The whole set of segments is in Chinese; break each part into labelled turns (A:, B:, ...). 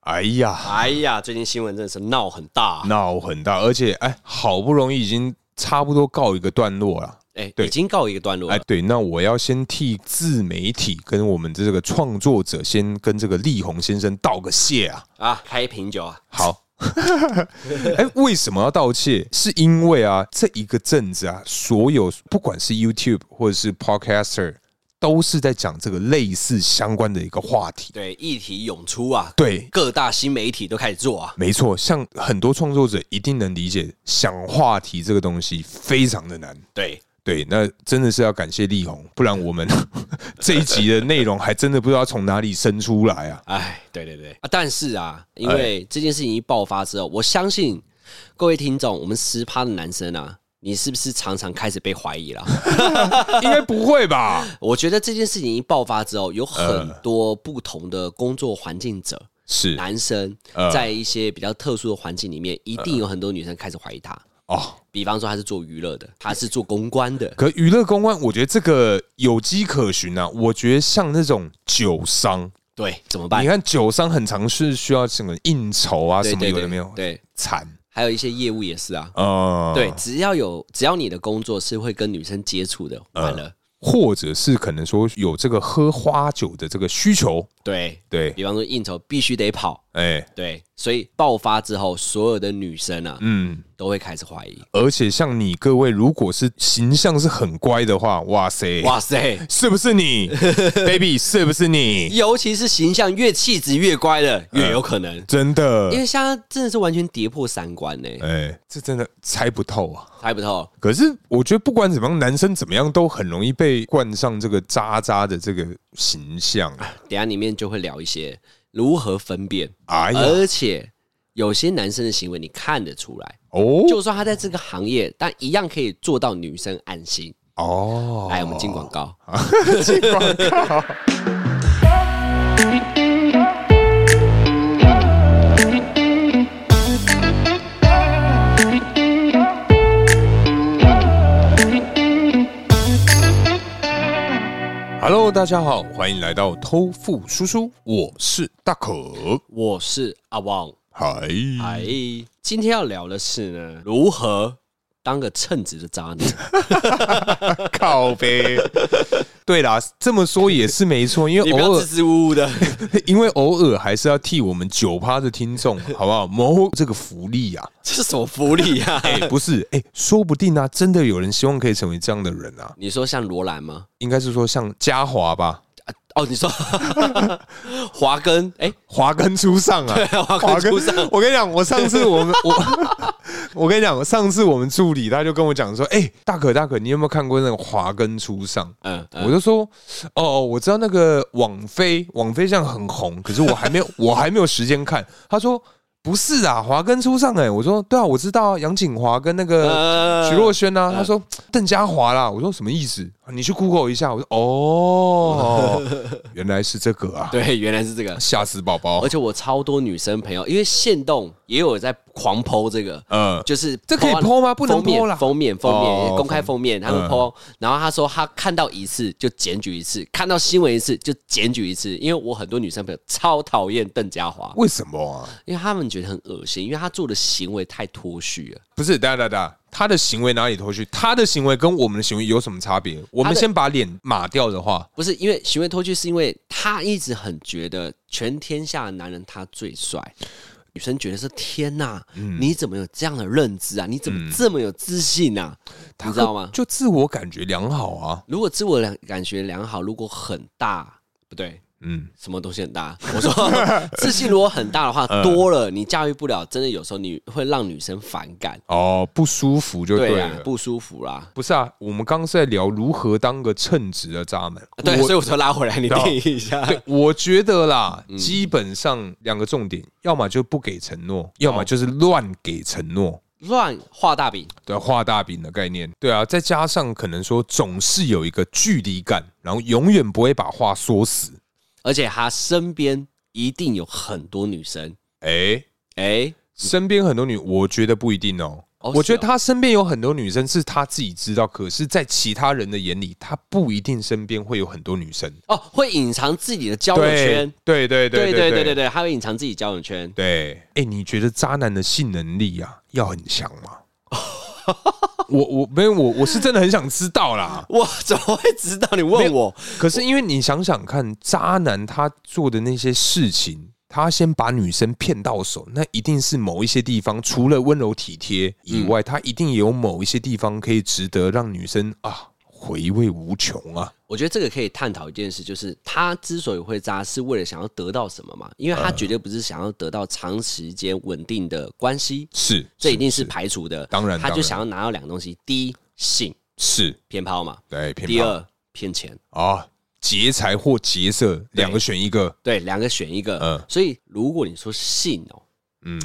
A: 哎呀，
B: 哎呀，最近新闻真的是闹很大、啊，
A: 闹很大，而且哎，好不容易已经差不多告一个段落了。
B: 哎、
A: 对
B: 已经告一个段落了。
A: 哎，对，那我要先替自媒体跟我们这个创作者先跟这个力宏先生道个谢啊。
B: 啊，开瓶酒啊，
A: 好。 哎、为什么要盗窃？是因为啊，这一个阵子啊，所有不管是 YouTube 或者是 Podcaster，都是在讲这个类似相关的一个话题。
B: 对，议题涌出啊，
A: 对，
B: 各大新媒体都开始做啊。
A: 没错，像很多创作者一定能理解，想话题这个东西非常的难。
B: 对，
A: 对，那真的是要感谢力宏，不然 我们这一集的内容还真的不知道从哪里生出来 啊。
B: 哎，对对对啊，但是啊，
A: 哎
B: 因为这件事情一爆发之后，我相信各位听众，我们十趴的男生啊，你是不是常常开始被怀 疑了？
A: 应该不会 吧？
B: 我觉得这件事情一爆发之后，有很多不同的工作环境者。
A: 是
B: 男生
A: 嗯
B: 在一些比较特殊的环境里面，一定有很多女生开始怀疑他。
A: 哦，
B: 比方说他是做娱乐的，他是做公关的，
A: 可娱乐公关，我觉得这个有迹可循啊。我觉得像那种酒商，
B: 对，怎么办
A: 你？看酒商很常是需要什么应酬啊，
B: 对
A: 什么
B: 对
A: 有的
B: 对，
A: 没有？
B: 对，
A: 惨，
B: 还有一些业务也是啊。
A: 呃，
B: 对，，只要有只要你的工作是会跟女生接触的，完
A: 呃
B: 了，
A: 或者是可能说有这个喝花酒的这个需求，
B: 对，
A: 对，
B: 比方说应酬必须得跑，
A: 哎，
B: 对，所以爆发之后，所有的女生啊
A: 嗯。
B: 都会开始怀疑。
A: 而且像你各位，如果是形象是很乖的话，哇塞，
B: 哇塞，
A: 是不是 你，baby？是不是你？
B: 尤其是形象越气质越乖的，
A: 呃
B: 越有可能，
A: 真的
B: 因，为现在真的是完全跌破三观呢、
A: 哎、这真的猜不透啊。
B: 猜不透。
A: 可是我觉得不管怎么样，男生怎么样都很容易被冠上这个渣渣的这个形象。
B: 等一下里面就会聊一些如何分辨，
A: 哎呀，
B: 而且有些男生的行为你看得出来，
A: 哦
B: 就算他在这个行业，但一样可以做到女生安心。
A: 哦，
B: 哎来，我们进广告。
A: 进广告。Hello，大家好，欢迎来到偷富叔叔，我是大可。
B: 我是阿旺，
A: 嗨，
B: 哎，今天要聊的是呢，如何当个称职 的渣男。
A: 靠 呗。对啦，这么说也是没错，因
B: 你
A: 为
B: 不要
A: 偶
B: 支
A: 尔，
B: 支吾吾 的。
A: 因为偶尔还是要替我们九趴的听 众，好不好？谋这个福利啊！
B: 这是什么福利呀、
A: 哎、不是，哎、说不定啊，真的有人希望可以成为这样的人啊。
B: 你说像罗兰吗？
A: 应该是说像嘉华吧，
B: 哦，你说 华根？哎、
A: 华根初上啊，
B: 华根初上
A: 我跟你讲，我上次我们我 我跟你讲，上次我们助理他就跟我讲说，哎、大可大可，你有没有看过那个华根初上？
B: 嗯嗯，
A: 我就说，哦，我知道那个网飞，网飞这样很红，可是我还 没有，我还没有时间看。他说不是啊，华根初上哎、我说对啊，我知道啊，杨景华跟那个
B: 呃
A: 徐若瑄啊。他说邓家华啦，我说什么意思？你去 Google 一下。我说 哦，原来是这个啊，
B: 对，原来是这个。
A: 吓死宝宝
B: 而。且我超多女生朋友，因为线动也有在狂剖这个，
A: 嗯，
B: 就是
A: 这可以
B: po
A: 剖吗不能
B: 封面
A: po 啦
B: 封面封面
A: 哦
B: 公开封面，他们
A: 嗯
B: 剖。然后他说他看到一次就检举一次，看到新闻一次就检举一次，因为我很多女生朋友超讨厌邓家华，
A: 为什么啊？
B: 因为他们觉得很恶心，因为他做的行为太脱序了。
A: 不是，哒哒哒，他的行为哪里脱序？他的行为跟我们的行为有什么差别？我们
B: 他的
A: 先把脸码掉的话，
B: 不是因为行为脱序，是因为他一直很觉得全天下的男人他最帅。女生觉得说：“天呐，
A: 嗯
B: 你怎么有这样的认知啊？你怎么这么有自信啊？你知道吗？
A: 就自我感觉良好啊。
B: 如果自我良感觉良好，如果很大，不对，
A: 嗯，
B: 什么东西很大？我说 自信如果很大的话，
A: 嗯
B: 多了你驾驭不了，真的有时候你会让女生反感，
A: 哦，不舒服就对
B: 对
A: 了。
B: 啊，不舒服啦。
A: 不是啊，我们刚刚是在聊如何当个称职的渣男。
B: 呃对，
A: 我
B: 所以我说拉回来，你
A: 哦
B: 定义一下。
A: 对，我觉得啦，
B: 嗯
A: 基本上两个重点，要么就不给承
B: 哦
A: 诺，要么就是乱给承诺。
B: 乱画大饼，
A: 对，画大饼的概念，对啊，再加上可能说总是有一个距离感，然后永远不会把话说死。
B: 而且他身边一定有很多女生，
A: 哎、
B: 哎、
A: 身边很多女，我觉得不一定哦。
B: 哦
A: 我觉
B: 是
A: 得
B: 哦
A: 他身边有很多女生是他自己知道，可是，在其他人的眼里，他不一定身边会有很多女生。
B: 哦会隐藏自己的交友
A: 对
B: 圈，，
A: 对，对，对，
B: 对对对
A: 对，
B: 对
A: 对，
B: 对，他会隐藏自己交友圈。
A: 对。哎，你觉得渣男的性能力啊，要很强吗？ 我我没有我我是真的很想知道啦。
B: 我怎么会知道？你问我，
A: 可是因为你想想看，渣男他做的那些事情，他先把女生骗到手，那一定是某一些地方除了温柔体贴以
B: 嗯
A: 外，他一定也有某一些地方可以值得让女生啊回味无穷啊。
B: 我觉得这个可以探讨一件事，就是他之所以会渣，是为了想要得到什么嘛？因
A: 嗯
B: 为他绝对不是想要得到长时间稳定的关系，
A: 是，
B: 这一定是排除的。
A: 当然
B: 他
A: 当
B: 就
A: 然
B: 想要拿到两个东西：第一，性
A: 是
B: 偏抛嘛；
A: 对偏
B: 第
A: 好
B: 二，骗钱。
A: 啊，劫财或劫色两个选一个。
B: 对，两个选一个。
A: 嗯
B: 所以如果你说性哦，
A: 嗯，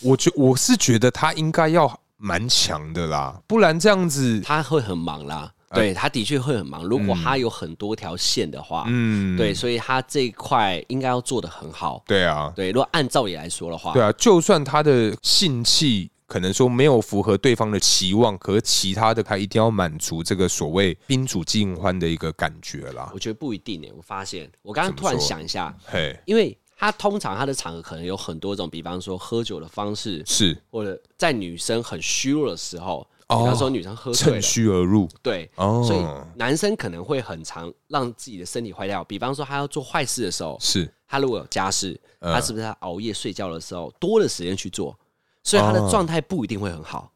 A: 我觉我是觉得他应该要蛮强的啦，不然这样子，
B: 他会很忙啦。
A: 嗯
B: 对，他的确会很忙。如果他有很多条线的话，
A: 嗯，
B: 对，所以他这一块应该要做得很好。
A: 对啊，
B: 对，如果按照理来说的话，
A: 对啊，就算他的性器可能说没有符合对方的期望，可是其他的他一定要满足这个所谓宾主尽欢的一个感觉啦。
B: 我觉得不一定欸诶。我发现，我刚刚
A: 怎么
B: 突然
A: 说
B: 想一下，
A: 嘿，
B: 因为他通常他的场合可能有很多种，比方说喝酒的方式，
A: 是
B: 或者在女生很虚弱的时候，
A: 哦
B: 比方说女生喝醉
A: 趁
B: 了，
A: 虚而入
B: 对，所
A: 哦，
B: 以男生可能会很常让自己的身体坏掉。比方说他要做坏事的时候，
A: 是
B: 他如果有家事，他是不是在熬夜睡觉的时候多了时间去做，所以他的状态不一定会很好。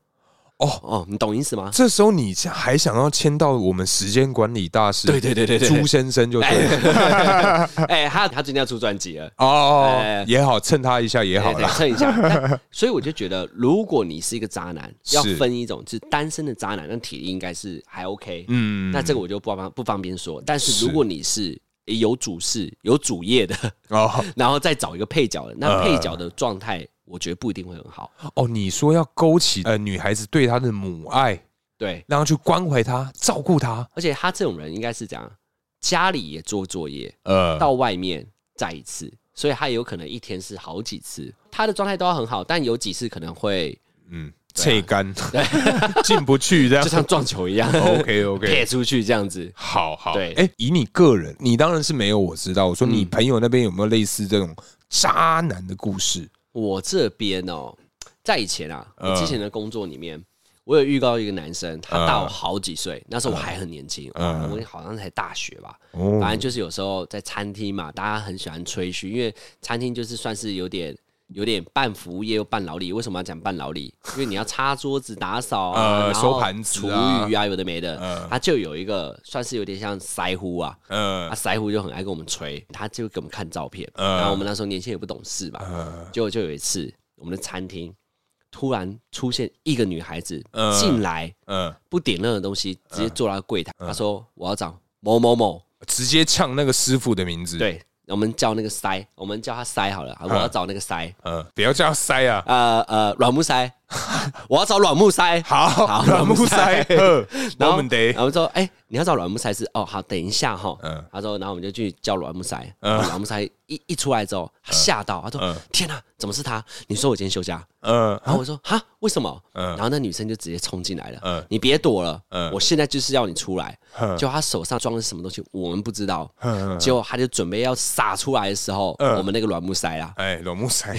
A: 哦
B: 哦，你懂意思吗？
A: 这时候你还想要签到我们时间管理大师？
B: 对对对对对对
A: 朱先生就对了
B: 哎、他他最近要出专辑了。
A: 哦
B: 哎，
A: 也好，蹭他一下也好
B: 对对
A: 啦。
B: 蹭 一下。但所以我就觉得，如果你是一个渣男，
A: 是
B: 要分一种是单身的渣男，那体力应该是还 OK。
A: 嗯，
B: 那这个我就不方不方便说。但是
A: 是
B: 如果你是诶有主事、有主业的，
A: 哦
B: 然后再找一个配角的，
A: 呃
B: 那配角的状态，我觉得不一定会很好。
A: 哦，你说要勾起呃女孩子对他的母爱，
B: 对，
A: 让她去关怀他、照顾他，
B: 而且他这种人应该是这样，家里也做作业，
A: 呃，
B: 到外面再一次，所以他有可能一天是好几次，他的状态都要很好，但有几次可 能会
A: 嗯，脆干 进不去这样
B: 就。像撞球一 样
A: OK
B: 撇
A: OK，
B: 出去这样子。
A: 好好。嗯
B: 对
A: 哎，以你个人，你当然是没有我知道。我说你朋友那边有没有类似这种渣男的故事？
B: 我这边哦，在以前啊，
A: 嗯
B: 我之前的工作里面，我有遇到一个男生，他大我好几岁，那时候我还很年轻，
A: 嗯
B: 我好像才大学吧。反
A: 哦，
B: 正就是有时候在餐厅嘛，大家很喜欢吹嘘，因为餐厅就是算是有点。有点半服务业又半劳力，为什么要讲半劳力？因为你要擦桌子、打扫啊，
A: 呃
B: 然后
A: 收盘子啊嗯
B: 厨余啊，有的没的。他就有一个算是有点像腮乎啊，
A: 呃
B: 啊，腮胡就很爱跟我们吹，他就给我们看照片。然后我们那时候年轻也不懂事嘛，结果就有一次，我们的餐厅突然出现一个女孩子
A: 嗯
B: 进来，
A: 呃，
B: 不点任何东西，直接坐到柜台，她说我要找某某某，
A: 直接呛那个师傅的名字。，
B: 对。我们叫那个腮，我们叫他腮好了。啊我要找那个腮，
A: 呃，不要叫塞啊。
B: 呃呃，软木塞， 我要找软木塞。
A: 好，软木塞。 呃
B: 然后
A: 我们得
B: 然后说，哎、你要找软木塞是哦，好，等一下哈。
A: 嗯
B: 他说，然后我们就去叫软木塞。然后软木塞一一出来之后，他吓到，他说：“
A: 嗯
B: 天哪、怎么是他？”你说我今天休假，
A: 呃，
B: 然后我说：“哈，为什么？”
A: 嗯
B: 然后那女生就直接冲进来了，
A: 嗯
B: 你别躲了，
A: 嗯
B: 我现在就是要你出来。
A: 嗯
B: 就他手上装的是什么东西，我们不知道。
A: 嗯
B: 结果他就准备要撒出来的时候，我们那个软木塞啦，
A: 哎，软木塞。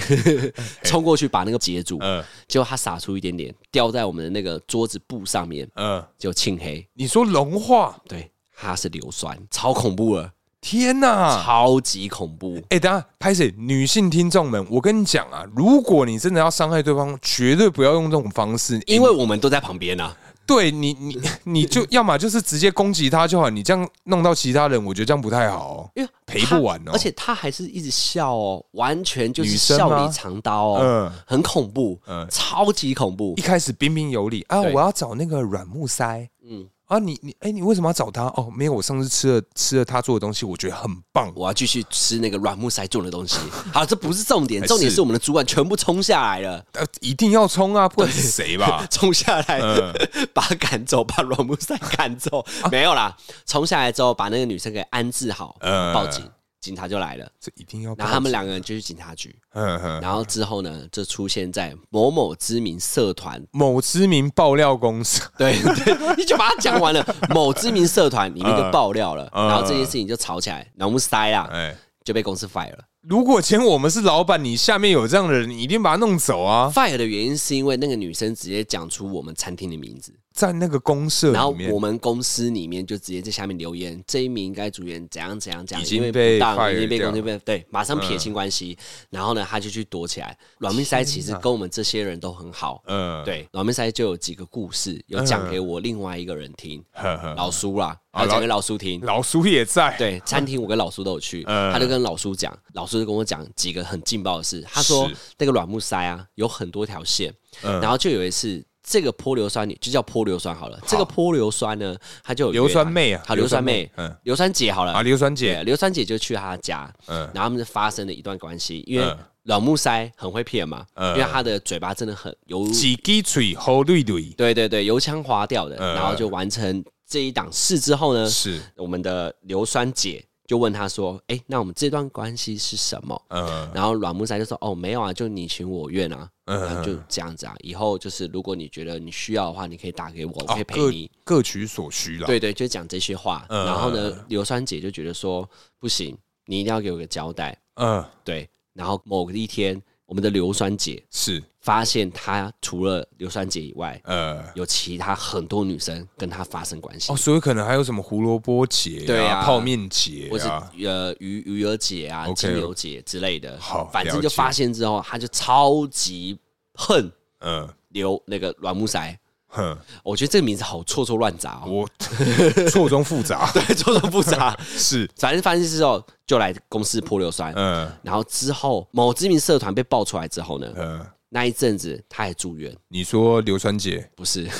B: 冲过去把那个截住，
A: 呃
B: 结果他撒出一点点，掉在我们的那个桌子布上面，
A: 呃，
B: 就沁黑。
A: 你说融化？
B: 对，它是硫酸，超恐怖了，
A: 天哪！
B: 超级恐怖。
A: 哎、等一下，拍谁？女性听众们，我跟你讲啊，如果你真的要伤害对方，绝对不要用这种方式，
B: 因为我们都在旁边啊，
A: 对你，你你 就要么就是直接攻击他就好，你这样弄到其他人，我觉得这样不太好、哦。
B: 因为
A: 赔
B: 他
A: 不完哦
B: 而且他还是一直笑哦，完全就是
A: 女生
B: 笑
A: 吗
B: 里藏刀哦
A: 嗯，
B: 很恐怖，超级恐怖
A: 一。开始彬彬有礼啊，
B: 对
A: 我要找那个软木塞，
B: 嗯
A: 嗯，啊，你你哎、你为什么要找他？哦，没有，我上次吃了吃了他做的东西，我觉得很棒。
B: 我要继续吃那个软木塞做的东 西。好，这不是重点，
A: 还
B: 重点
A: 是
B: 是我们的主管全部冲下来了，。
A: 呃，一定要冲啊，不管是谁吧
B: 冲下来、
A: 嗯
B: 把他赶走，把软啊木塞赶走。没有啦，冲下来之后把那个女生给安置好，
A: 嗯
B: 报警。警察就来了，
A: 这一定要报警。
B: 然后他们两个人就去警察局，
A: 嗯，嗯
B: 然后之后呢，就出现在某某知名社团，
A: 某知名爆料公司，
B: 对对，你就把它讲完了， 某知名社团里面就爆料了，
A: 嗯
B: 然后这件事情就吵起来，然后我们塞啦，
A: 哎，
B: 就被公司 fire 了。
A: 如果今天我们是老板，你下面有这样的人，你一定把他弄走啊，
B: fire 的原因是因为那个女生直接讲出我们餐厅的名字，
A: 在那个公社
B: 然后
A: 里面
B: 我，们公司里面就直接在下面留言，这一名该组员怎样怎样怎样，
A: 已经
B: 因为
A: 被
B: 不当，
A: fire
B: 已经被
A: 掉嗯
B: 公司被对，马上撇清关系。然后呢，他就去躲起来。阮明塞其实跟我们这些人都很好，
A: 嗯，
B: 对，阮明塞就有几个故事有讲给我另外一个人听，
A: 呵呵，
B: 老苏啦，他讲给老苏听。
A: 嗯啊老叔也在，
B: 对，餐厅我跟老苏都有去，
A: 嗯
B: 他就跟老苏讲，老苏就跟我讲几个很劲爆的事。他说
A: 是
B: 那个软木塞啊，有很多条线，
A: 嗯
B: 然后就有一次。这个泼硫酸，你就叫泼硫酸好了。这个泼硫酸呢，它就有
A: 硫酸
B: 约
A: 妹啊
B: 她好硫酸妹，
A: 嗯
B: 硫酸姐好了
A: 啊，，硫酸姐，
B: 对，硫酸姐就去她家，
A: 嗯
B: 然后他们就发生了一段关系，因为
A: 嗯
B: 软木塞很会骗嘛，因为他的嘴巴真的很油，
A: 几滴嘴好绿绿，
B: 对对对，油腔滑调的，
A: 嗯
B: 然后就完成这一档事之后呢，
A: 是，
B: 我们的硫酸姐就问他说：“哎、那我们这段关系是什么？”
A: 嗯
B: 然后阮木塞就说：“哦，没有啊，就你情我愿啊，
A: 嗯
B: 然后就这样子啊。以后就是如果你觉得你需要的话，你可以打给我，我
A: 哦
B: 可以陪
A: 各
B: 你。
A: 各取所需啦，
B: 对对，就讲这些话。
A: 嗯
B: 然后呢，硫酸姐就觉得说不行，你一定要给我个交代。
A: 嗯，
B: 对，然后某个一天，我们的硫酸姐
A: 是，
B: 发现她除了硫酸姐以外，
A: 呃。
B: 有其他很多女生跟她发生关系
A: 哦，。所以可能还有什么胡萝卜节、
B: 对啊
A: 啊，泡面节
B: 或是
A: 啊，
B: 呃鱼鱼儿姐啊、
A: OK
B: 金牛姐之类的，
A: 好
B: 反正
A: 了
B: 就
A: 解
B: 发现之后，他就超级恨
A: 嗯，
B: 刘那个阮木塞。
A: 哼，
B: 我觉得这个名字好错错乱杂哦，
A: 我 错综复杂，
B: 对，错错复杂。
A: 是，
B: 反正发现之后，就来公司泼硫酸。
A: 嗯
B: 然后之后，某知名社团被爆出来之后呢，
A: 嗯，
B: 那一阵子他还住院，
A: 你说硫酸节、
B: 不是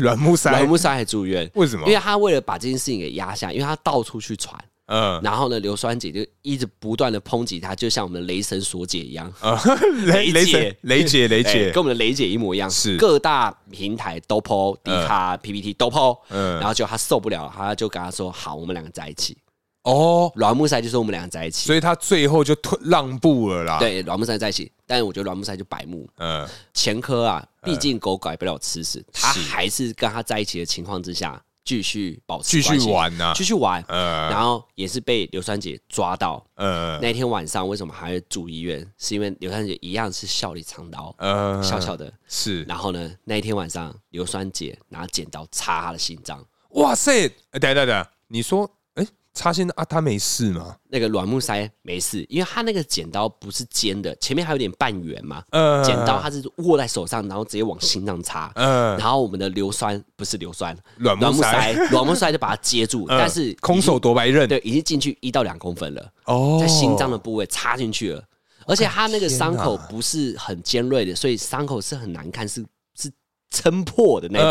A: 软木塞
B: 阮，木塞还住院，
A: 为什么
B: 因为？他为了把这件事情给压下，因为他到处去传，
A: 嗯，
B: 然后呢，硫酸姐就一直不断的抨击他，就像我们的雷神索姐一样。
A: 啊， 雷
B: 雷
A: 雷
B: 姐
A: 神雷姐雷
B: 哎
A: 姐
B: 跟，我们的雷姐一模一样，
A: 是
B: 各大平台都 PO，迪卡、PPT 都 PO，
A: 嗯
B: 然后就他受不了，他就跟他说：“好，我们两个在一起。
A: 哦”，
B: 阮木塞就说：“我们两个在一起。
A: 所以他最后就退让步了啦。，
B: 对，阮木塞在一起，但是我觉得阮木塞就白目。
A: 嗯，
B: 前科啊，毕竟狗改不了吃屎，他还是跟他在一起的情况之下，继续保持
A: 继
B: 关系
A: 续，玩呐，
B: 继续玩，啊
A: 呃
B: 然后也是被硫酸姐抓到。
A: 呃
B: 那天晚上为什么还会住医院？是因为硫酸姐一样是笑里藏刀，
A: 呃，
B: 笑笑的。
A: 是，
B: 然后呢，那一天晚上，硫酸姐拿剪刀插他的心脏。
A: 哇塞，哎等一下等一下，你说，哎，插线的啊，他没事吗？
B: 那个软木塞没事，因为他那个剪刀不是尖的，前面还有点半圆嘛。
A: 呃，
B: 剪刀，它是握在手上，然后直接往心脏插。
A: 呃，
B: 然后我们的硫酸不是硫酸，
A: 软木塞，，
B: 软木塞就把它接住，
A: 呃
B: 但是已经
A: 空手夺白刃，
B: 对，已经进去一到两公分了，
A: 哦，啊
B: 在心脏的部位插进去了。而且他那个
A: 天
B: 伤口
A: 哪
B: 不是很尖锐的，所以伤口是很难看，是是撑破的那
A: 嗯
B: 种。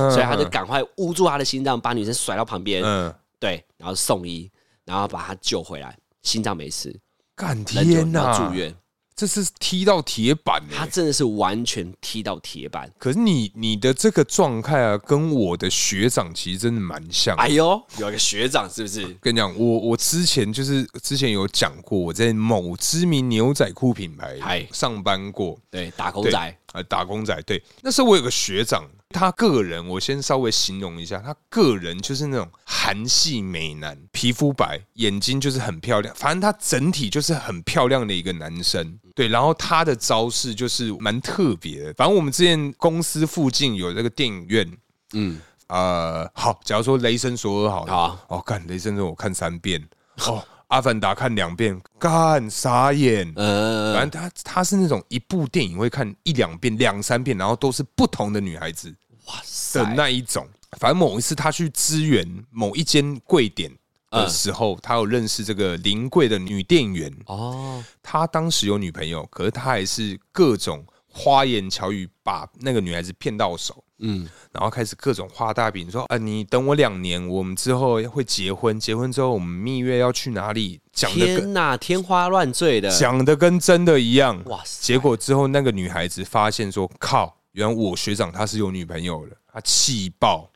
A: 种
B: 所以他就赶快捂住他的心脏，把女生甩到旁边，
A: 嗯，
B: 对，然后送医，然后把他救回来，心脏没事，
A: 干
B: 人就
A: 天
B: 然后
A: 呐
B: 住，院，
A: 这是踢到铁板欸
B: 他
A: 呢。
B: 真的是完全踢到铁板。
A: 可是你你的这个状态啊，跟我的学长其实真的蛮像的。
B: 哎呦，有一个学长是不是？
A: 跟你讲，我我之前就是之前有讲过，我在某知名牛仔裤品牌
B: 嗨
A: 上班过，
B: 对，打工
A: 对
B: 仔，
A: 呃，打工仔。对，那时候我有个学长，他个人我先稍微形容一下，他个人就是那种韩系美男，皮肤白，眼睛就是很漂亮，反正他整体就是很漂亮的一个男生。对，然后他的招式就是蛮特别的，反正我们之前公司附近有这个电影院，
B: 嗯，
A: 呃，好，假如说《雷神索尔》好了，
B: 好啊
A: 哦，干《雷神索尔》我看三遍，哦，《阿凡达》看两遍，干傻眼。
B: 呃，
A: 反正他他是那种一部电影会看一两遍、两三遍，然后都是不同的女孩子
B: 哇
A: 的
B: 塞，
A: 那一种。反正某一次他去支援某一间柜点
B: 嗯
A: 的时候，他有认识这个临柜的女店员，
B: 哦，
A: 他当时有女朋友，可是他还是各种花言巧语把那个女孩子骗到手。
B: 嗯，
A: 然后开始各种画大饼，说：“啊，你等我两年，我们之后会结婚，结婚之后我们蜜月要去哪里？”讲的跟
B: 天哪，天花乱坠的，
A: 讲的跟真的一样。
B: 哇塞，
A: 结果之后，那个女孩子发现说：“靠，原来我学长他是有女朋友了。”她气爆，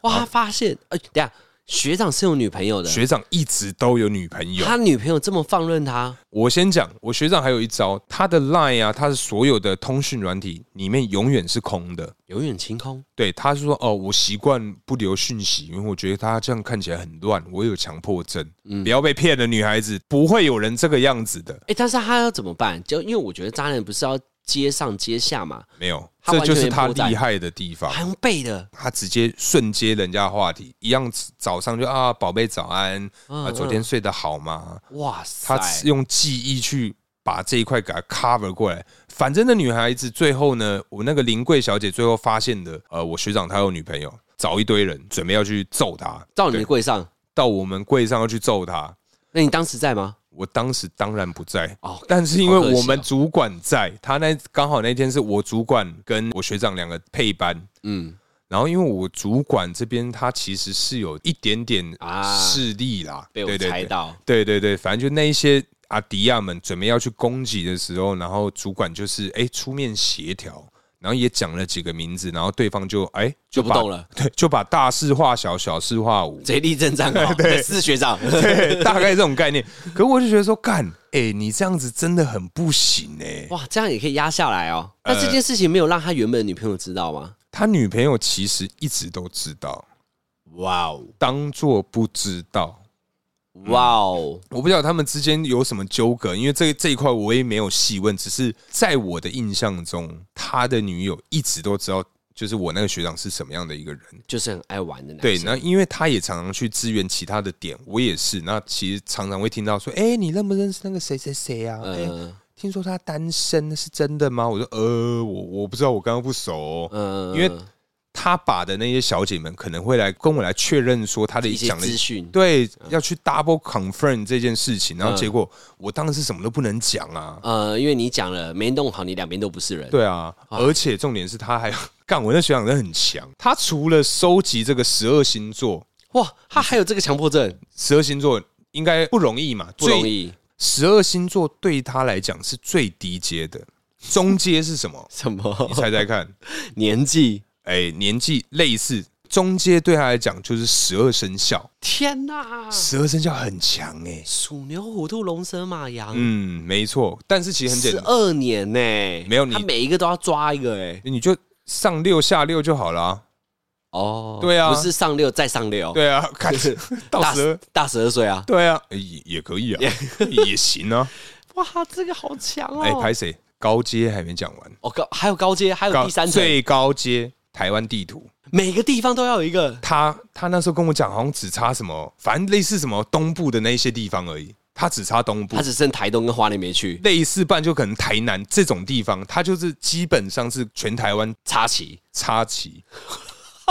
B: 哇，他发现，哎，等一下，学长是有女朋友的，
A: 学长一直都有女朋友。
B: 他女朋友这么放任他，
A: 我先讲，我学长还有一招，他的 Line 啊，他的所有的通讯软体里面永远是空的。
B: 永远清空。
A: 对，他是说哦，我习惯不留讯息，因为我觉得他这样看起来很乱，我有强迫症。
B: 嗯
A: 不要被骗了，女孩子不会有人这个样子的，
B: 哎、但是他要怎么办？就因为我觉得渣男不是要接上接下嘛，
A: 没有，
B: 他
A: 这
B: 完全
A: 就是他
B: 不在
A: 厉害的地方。
B: 还用背的，
A: 他直接瞬接人家的话题，一样早上就啊，宝贝早安，
B: 嗯
A: 啊，昨天睡得好吗？
B: 哇
A: 他
B: 塞！
A: 用记忆去把这一块给它 cover 过来。反正那女孩子最后呢，我那个临柜小姐最后发现的，呃，我学长他有女朋友，找一堆人准备要去揍他，
B: 到你的
A: 对
B: 柜上，
A: 到我们柜上要去揍他。
B: 那你当时在吗？
A: 我当时当然不在，
B: 哦，
A: 但是因
B: 好可
A: 为
B: 惜哦
A: 我们主管在，他那刚好那天是我主管跟我学长两个配班，
B: 嗯，
A: 然后因为我主管这边他其实是有一点点
B: 啊
A: 势力啦，
B: 被我
A: 对对
B: 猜
A: 对
B: 到，
A: 对对对，反正就那一些阿迪亚们准备要去攻击的时候，然后主管就是哎、出面协调，然后也讲了几个名字，然后对方就哎、
B: 就不
A: 把
B: 动了，
A: 对，就把大事化小，小事化无，
B: 贼立正站 好，
A: 对
B: 是学长，
A: 对， 大概这种概念。可我就觉得说，干，哎、你这样子真的很不行哎、
B: 哇，这样也可以压下来哦。那这件事情没有让他原本的女朋友知道吗？
A: 他女朋友其实一直都知道，
B: 哇哦，
A: 当做不知道。
B: 哇哦，
A: 我不知道他们之间有什么纠葛，因为这这一块我也没有细问，只是在我的印象中，他的女友一直都知道，就是我那个学长是什么样的一个人。
B: 就是很爱玩的男
A: 对，
B: 生。
A: 那因为他也常常去支援其他的点，我也是。那其实常常会听到说，哎、你认不认识那个谁谁谁啊？哎、
B: 嗯
A: 听说他单身，那是真的吗？我说，呃，我我不知道，我刚刚不熟哦、
B: 嗯
A: 因为他把的那些小姐们可能会来跟我来确认说他的
B: 一些
A: 讲的
B: 资讯，嗯
A: 对，要去 double confirm 这件事情，然后结果我当时什么都不能讲啊，
B: 呃，因为你讲了没弄好，你两边都不是人。
A: 对啊，而且重点是他还干，我那学长真的很强，他除了收集这个十二星座，
B: 哇，他还有这个强迫症，
A: 十二星座应该不容易嘛，
B: 不容
A: 最，
B: 易。？
A: 十二星座对他来讲是最低阶的，中阶是什么
B: 什么
A: 你猜猜看，
B: 年纪？
A: 哎，年纪类似，中阶对他来讲就是十二生肖，
B: 天哪！
A: 十二生肖很强哎、
B: 鼠牛虎兔龙蛇马羊，
A: 嗯，没错，但是其实很简
B: 十
A: 单。
B: 二年呢、
A: 没有你
B: 他每一个都要抓一个哎、
A: 你就上六下六就好了、
B: 哦，
A: 对啊
B: 不是上六再上六，
A: 对 啊，看到
B: 大
A: 十二，
B: 大十二岁啊，
A: 对啊，欸也也可以啊，也行 啊。
B: 哇，这个好强哦！
A: 哎，拍谁？高阶还没讲完，
B: 哦高还有高阶，还有
A: 高
B: 第三层，
A: 最高阶台湾地图。
B: 每个地方都要有一个
A: 他他那时候跟我讲，好像只差什么，反正类似什么东部的那一些地方而已，他只差东部
B: 他。只剩台东跟花莲没去
A: 类似半就可能台南这种地方，他就是基本上是全台湾
B: 插旗，
A: 插 旗。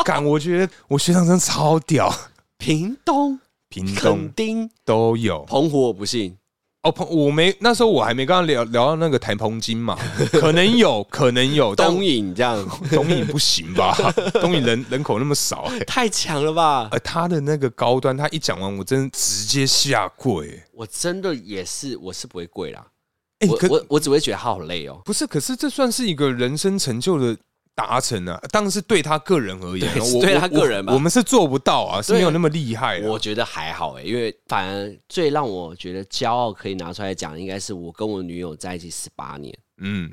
A: 感我觉得我学长真的超屌，
B: 屏东、
A: 屏东
B: 垦丁、
A: 都有。
B: 澎湖，我不信，
A: 哦，彭，我没那时候我还没跟他聊聊到那个台澎金嘛， 可能有，可能有，但
B: 东引这样
A: 东影不行吧？东影人人口那么少、欸，
B: 太强了吧！
A: 呃，他的那个高端，他一讲完，我真的直接下跪、欸。
B: 我真的也是，我是不会跪啦，
A: 哎、
B: 我
A: 可
B: 我我只会觉得他好累哦。
A: 不是，可是这算是一个人生成就的达成啊，当然是对他个人而言啊，
B: 对是
A: 我
B: 对
A: 我
B: 他个人吧
A: 我，我们是做不到啊，是
B: 对啊
A: 没有那么厉害、啊。
B: 我觉得还好哎、因为反而最让我觉得骄傲可以拿出来讲，应该是我跟我女友在一起十八年
A: 嗯，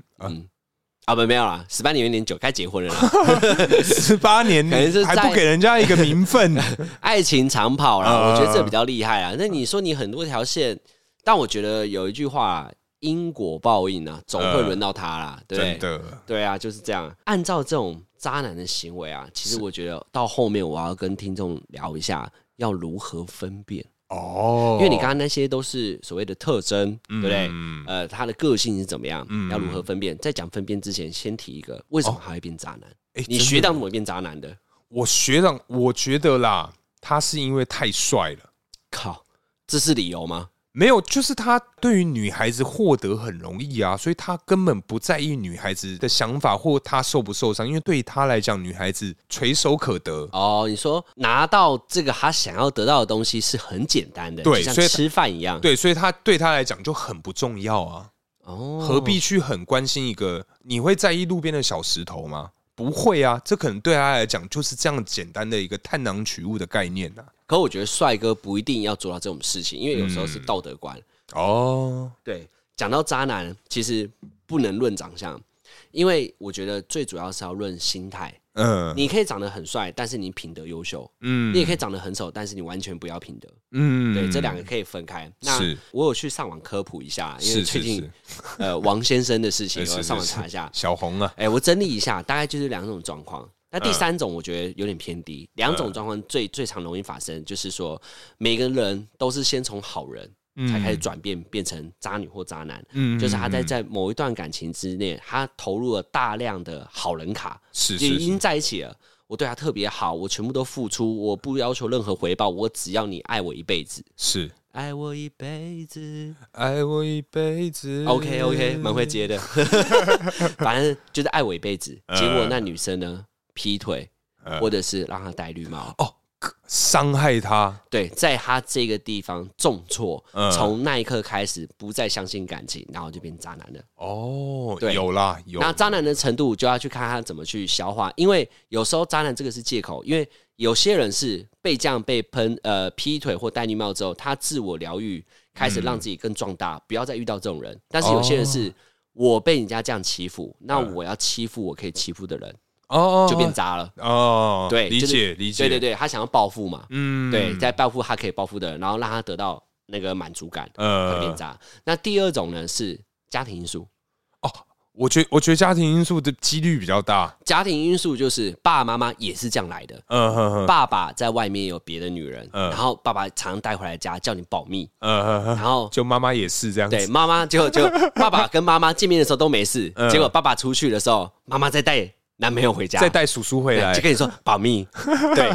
B: 啊，不没有啦，十八年有点久，该结婚了啦。
A: 十八年
B: 可能是
A: 还不
B: 在
A: 给人家一个名分，
B: 爱情长跑啦，
A: 啊
B: 我觉得这比较厉害啊。那你说你很多条线，但我觉得有一句话啊、因果报应啊，总会轮到他啦，对不
A: 呃真
B: 对？
A: 的。
B: 对啊，就是这样。按照这种渣男的行为啊，其实我觉得到后面我要跟听众聊一下，要如何分辨。
A: 哦，
B: 因为你刚刚那些都是所谓的特征，对不对？
A: 嗯
B: 呃，他的个性是怎么样？
A: 嗯
B: 要如何分辨？在讲分辨之前，先提一个，为什么他会变渣男？
A: 哎真
B: 你
A: 的
B: 学长怎么变渣男的？
A: 我学长，我觉得啦，他是因为太帅了，
B: 靠，这是理由吗？
A: 没有，就是他对于女孩子获得很容易啊，所以他根本不在意女孩子的想法或他受不受伤，因为对他来讲，女孩子垂手可得。
B: 哦，你说拿到这个他想要得到的东西是很简单的，
A: 对
B: 就
A: 所
B: 像
A: 以
B: 吃饭一样。
A: 对，所以他对他来讲就很不重要啊，
B: 哦，
A: 何必去很关心一个？你会在意路边的小石头吗？不会啊，这可能对他来讲就是这样简单的一个探囊取物的概念啊呐、
B: 可我觉得帅哥不一定要做到这种事情，因为有时候是
A: 嗯
B: 道德观。
A: 哦，
B: 对，讲到渣男，其实不能论长相，因为我觉得最主要是要论心态。
A: 嗯
B: 你可以长得很帅，但是你品德优秀；
A: 嗯
B: 你也可以长得很丑，但是你完全不要品德。
A: 嗯
B: 对，这两个可以分开。那
A: 是
B: 我有去上网科普一下，因为
A: 是
B: 最
A: 是
B: 近
A: 是
B: 呃王先生的事 情，
A: 是
B: 我
A: 是
B: 上网
A: 是
B: 查一下。
A: 小红啊，
B: 哎，我整理一下，大概就是两种状况。那
A: 嗯
B: 第三种我觉得有点偏低，两种状况最最常容易发生，就是说每个人都是先从好人才开始转变，变成渣女或渣男。
A: 嗯
B: 就是他在在某一段感情之内，他投入了大量的好人卡，
A: 是
B: 已
A: 是是
B: 经在一起了。我对他特别好，我全部都付出，我不要求任何回报，我只要你爱我一辈子，
A: 是，
B: 爱我一辈子。
A: 爱我一辈子。
B: OK OK，蛮会 接的，反正就是爱我一辈子。结果那女生呢，劈腿，或者是让他戴绿帽，
A: 哦，可伤害他，
B: 对，在他这个地方重挫
A: 嗯，
B: 从那一刻开始不再相信感情，然后就变渣男了。
A: 哦，
B: 对
A: 有啦有，
B: 那渣男的程度就要去看他怎么去消化，因为有时候渣男这个是借口，因为有些人是被这样被喷呃劈腿或戴绿帽之后，他自我疗愈，开始让自己更壮大，不要再遇到这种人。但是有些人
A: 哦
B: 是、我被人家这样欺负，那我要欺负我可以欺负的人，
A: 哦
B: 就变渣了。
A: 哦，
B: 对
A: 理
B: 就是
A: 解理解，
B: 对对，对，他想要报复嘛，
A: 嗯，
B: 对，在报复他可以报复的人，然后让他得到那个满足感，他就变
A: 呃，
B: 渣。那第二种呢是家庭因素。
A: 我觉我觉得家庭因素的几率比较大，
B: 家庭因素就是爸爸妈妈也是这样来的，
A: 嗯哼哼，
B: 爸爸在外面有别的女人，
A: 嗯
B: 然后爸爸常带回来家叫你保密，
A: 嗯哼哼，
B: 然后
A: 就妈妈也是这样
B: 对
A: 子，
B: 妈妈就 就爸爸跟妈妈见面的时候都没事，
A: 嗯
B: 结果爸爸出去的时候，妈妈再带男朋友回家，
A: 再带叔叔回
B: 对
A: 来
B: 就，跟你说保密，对，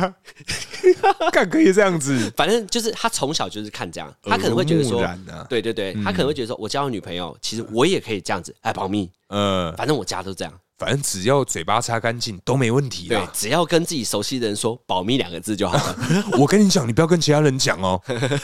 A: 干可以这样 子，
B: 反正就是他从小就是看 这样，他可能会觉得
A: 耳濡目
B: 说。
A: 染啊
B: 对对对，他可能会觉得说，我交了女朋友，其实我也可以这样子，哎，保密，
A: 呃，
B: 反正我家都这样，
A: 反正只要嘴巴擦干净都没问题
B: 对
A: 啦，。
B: 只要跟自己熟悉的人说“保密”两个字就 好了。
A: 我跟你讲，你不要跟其他人讲 哦，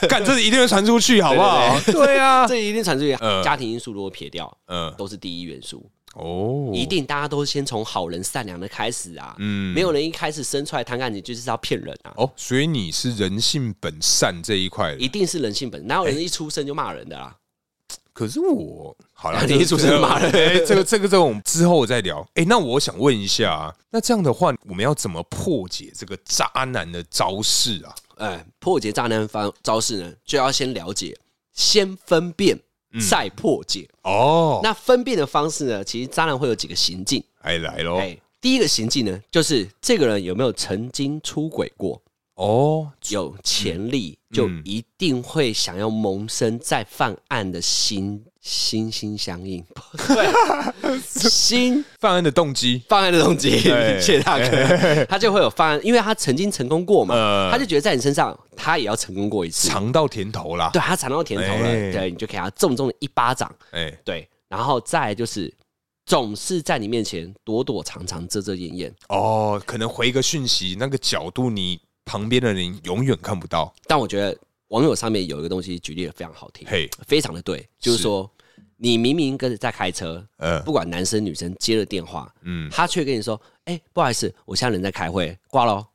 A: 干这一定会传出去，好不好？对 啊，
B: 这一定传出去，
A: 嗯
B: 家庭因素如果撇掉，
A: 嗯，
B: 都是第一元素。
A: 哦，
B: 一定大家都先从好人善良的开始啊，
A: 嗯
B: 没有人一开始生出来谈感情就是要骗人啊，
A: 哦，所以你是人性本善这一块的，
B: 一定是人性本，哪有人一出生就骂人的啊啦？
A: 可是我好了，
B: 你一出生就骂人
A: 哎这个这个这种之后我再聊。哎、那我想问一下、啊，那这样的话，我们要怎么破解这个渣男的招式啊？
B: 哎、破解渣男方招式呢，就要先了解，先分辨，再破解。
A: 嗯哦，
B: 那分辨的方式呢，其实渣男会有几个行径，
A: 哎来喽
B: 哎、，第一个行径呢，就是这个人有没有曾经出轨过，
A: 哦，
B: 有潜力就一定会想要萌生再犯案的心心心相印， 对，心
A: 犯案的动机，
B: 犯案的动机，
A: 对
B: 谢大哥，他就会有犯案，因为他曾经成功过嘛
A: 呃，
B: 他就觉得在你身上他也要成功过一次，
A: 尝到甜头啦。
B: 对他尝到甜头
A: 哎
B: 了，对，你就给他重重的一巴掌，
A: 哎、
B: 对，然后再来就是总是在你面前躲躲藏藏、遮遮掩掩，
A: 哦，可能回个讯息，那个角度你旁边的人永远看不到。
B: 但我觉得网友上面有一个东西举例的非常好听，
A: 嘿，
B: 非常的对，就是说你明明跟着在开车，
A: 呃，
B: 不管男生女生接了电话，
A: 嗯，
B: 他却跟你说：“哎，不好意思，我现在人在开会，挂喽。”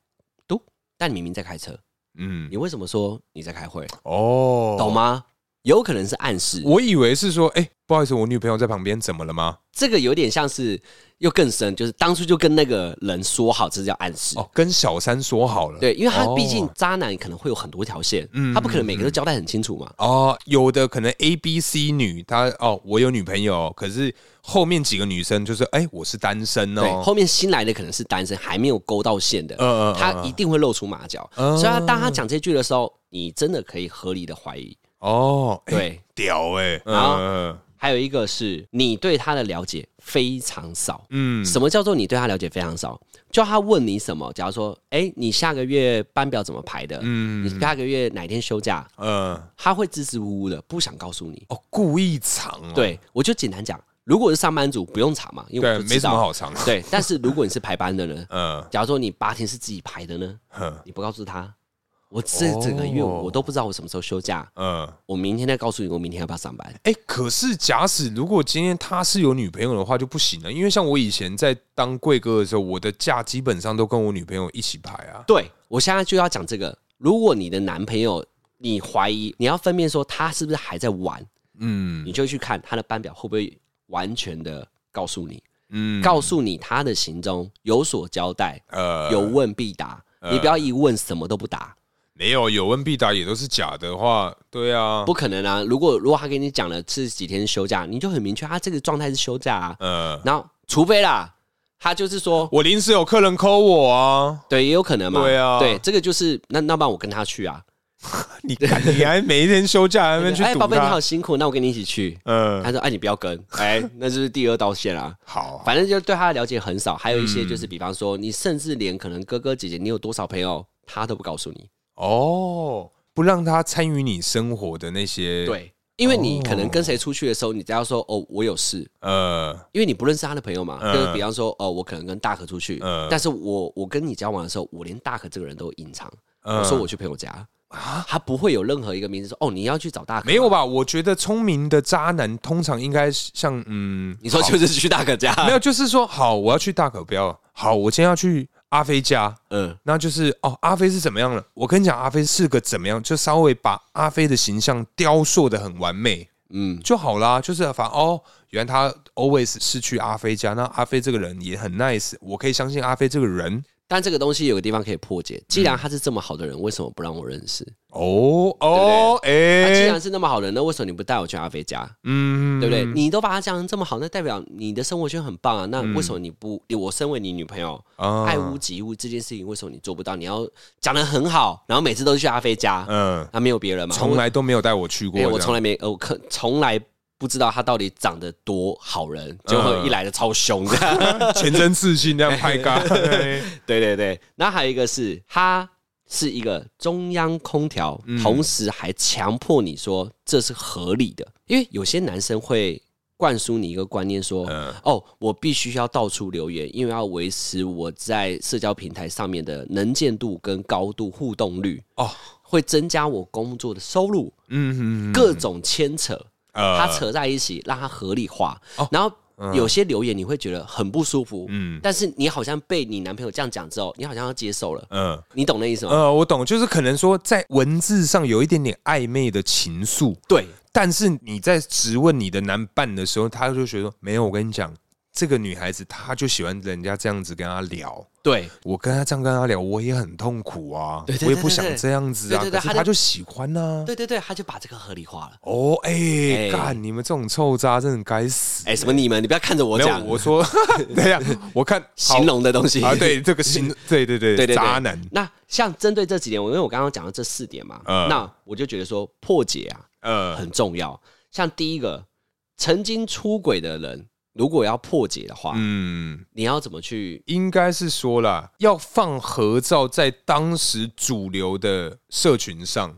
B: 嘟，但你明明在开车，
A: 嗯，
B: 你为什么说你在开会？
A: 哦，
B: 懂吗？有可能是暗示，
A: 我以为是说，哎、不好意思，我女朋友在旁边，怎么了吗？
B: 这个有点像是又更深，就是当初就跟那个人说好，这叫暗示。
A: 哦，跟小三说好了。
B: 对，因为他毕竟
A: 哦
B: 渣男可能会有很多条线，
A: 嗯
B: 他不可能每个都交代很清楚嘛。
A: 哦，有的可能 A、B、C 女，她哦，我有女朋友，可是后面几个女生就是，哎、我是单身
B: 对，
A: 哦，
B: 后面新来的可能是单身，还没有勾到线的，
A: 呃
B: 他一定会露出马脚。
A: 嗯
B: 所以他当他讲这句的时候，你真的可以合理的怀疑。
A: 哦，哎
B: 对，
A: 屌哎、欸，
B: 然后
A: 嗯
B: 还有一个是你对他的了解非常少。
A: 嗯
B: 什么叫做你对他了解非常少？就他问你什么，假如说，哎、你下个月班表怎么排的？
A: 嗯
B: 你下个月哪天休假？
A: 呃，
B: 他会支支吾吾的，不想告诉你。
A: 哦，故意藏、哦，
B: 对我就简单讲，如果是上班族，不用查嘛，因为我
A: 对，
B: 就知道
A: 没什么。好藏，？
B: 对，但是如果你是排班的呢
A: 呃
B: 假如说你八天是自己排的呢，
A: 哼
B: 你不告诉他，我这整个月
A: 哦
B: 我都不知道我什么时候休假，
A: 嗯，
B: 我明天再告诉你我明天要不要上班。
A: 哎、可是假使如果今天他是有女朋友的话就不行了，因为像我以前在当贵哥的时候，我的假基本上都跟我女朋友一起排啊。
B: 对我现在就要讲这个，如果你的男朋友你怀疑，你要分辨说他是不是还在玩，
A: 嗯
B: 你就去看他的班表会不会完全的告诉你，
A: 嗯，
B: 告诉你他的行踪有所交代，
A: 呃
B: 有问必答，你不要一问什么都不答。
A: 没有有问必答也都是假的话，对啊，
B: 不可能啊！如果如果他跟你讲了是几天休假，你就很明确，他这个状态是休假啊。
A: 呃，
B: 然后，除非啦，他就是说，
A: 我临时有客人 call 我啊，
B: 对，也有可能嘛。
A: 对啊
B: 对，这个就是那那不然我跟他去啊。
A: 你看你还每一天休假还没去
B: 哎，
A: 堵
B: 宝贝，你
A: 他
B: 好，辛苦，那我跟你一起去。
A: 嗯，
B: 他说，哎，你不要跟，哎，那就是第二道线 啊。
A: 好，
B: 反正就对他的了解很少，还有一些
A: 嗯
B: 就是，比方说，你甚至连可能哥哥姐姐，你有多少朋友，他都不告诉你。
A: 哦，不让他参与你生活的那些，，
B: 对，因为
A: 哦
B: 你可能跟谁出去的时候，你只要说，哦，我有事，
A: 呃，
B: 因为你不认识他的朋友嘛，
A: 嗯
B: 就是比方说，哦，我可能跟大可出去，
A: 嗯
B: 但是我我跟你交往的时候，我连大可这个人都隐藏，
A: 嗯啊
B: 我说我去朋友家，他不会有任何一个名字说，哦，你要去找大可，
A: 没有？吧？我觉得聪明的渣男通常应该是像嗯，
B: 你说就是去大可家，
A: 没有，就是说好，我要去大可标，好，我今天要去阿飞家。
B: 嗯，
A: 那就是哦，阿飞是怎么样了？我跟你讲，阿飞是个怎么样，就稍微把阿飞的形象雕塑的很完美
B: 嗯
A: 就好啦。就是反哦，原来他 always 是去阿飞家，那阿飞这个人也很 nice，我可以相信阿飞这个人。
B: 但这个东西有个地方可以破解，既
A: 嗯
B: 然他是这么好的人，为什么不让我认识？
A: 哦哦，哎、
B: 他既然是那么好的人，那为什么你不带我去阿飞家？
A: 嗯
B: 对不对？？你都把他讲成这么好，那代表你的生活圈很棒
A: 嗯
B: 啊。那为什么你不？我身为你女朋友，
A: 啊
B: 爱屋及乌这件事情，为什么你做不到？你要讲的很好，然后每次都去阿飞家，
A: 嗯，
B: 那、没有别人嘛？
A: 从来都没有带我去
B: 我
A: 过
B: 没
A: 这
B: 有，
A: 样，
B: 我从来没，呃我可从来不知道他到底长得多好人，
A: 嗯
B: 结果一来的 超凶的。
A: 全身刺青这样拍嘎。
B: 对对对，那还有一个是他。是一个中央空调，
A: 嗯
B: 同时还强迫你说这是合理的，因为有些男生会灌输你一个观念说，
A: 嗯
B: 哦，我必须要到处留言，因为要维持我在社交平台上面的能见度跟高度互动率，
A: 哦，
B: 会增加我工作的收入，
A: 嗯嗯，
B: 各种牵扯，
A: 呃哦
B: 它扯在一起，让它合理化。然后有些留言你会觉得很不舒服，
A: 嗯
B: 但是你好像被你男朋友这样讲之后，你好像要接受了，
A: 嗯
B: 你懂那意思吗？
A: 呃，我懂，就是可能说在文字上有一点点暧昧的情愫，
B: 对，
A: 但是你在质问你的男伴的时候，他就觉得没有。我跟你讲，这个女孩子她就喜欢人家这样子跟她聊。
B: 对，
A: 我跟她这样跟她聊，我也很痛苦啊，
B: 对对对
A: 我也不想这样子啊，
B: 对对对
A: 可是
B: 她就
A: 她就喜欢呢、啊。
B: 对对对，他就把这个合理化了。
A: 哦，哎、
B: 哎
A: 干、你们这种臭渣真的该死！
B: 哎、什么你们，你不要看着我
A: 没有，
B: 讲，
A: 我说， 等一下，我看好
B: 形容的东西
A: 啊，对这个形，对对对，
B: 对对对
A: 渣男，
B: 那像针对这几点，我因为我刚刚讲到这四点嘛，
A: 嗯
B: 那我就觉得说破解啊
A: 呃，
B: 很重要。像第一个，曾经出轨的人，如果要破解的话，
A: 嗯，
B: 你要怎么去？
A: 应该是说啦，要放合照在当时主流的社群上。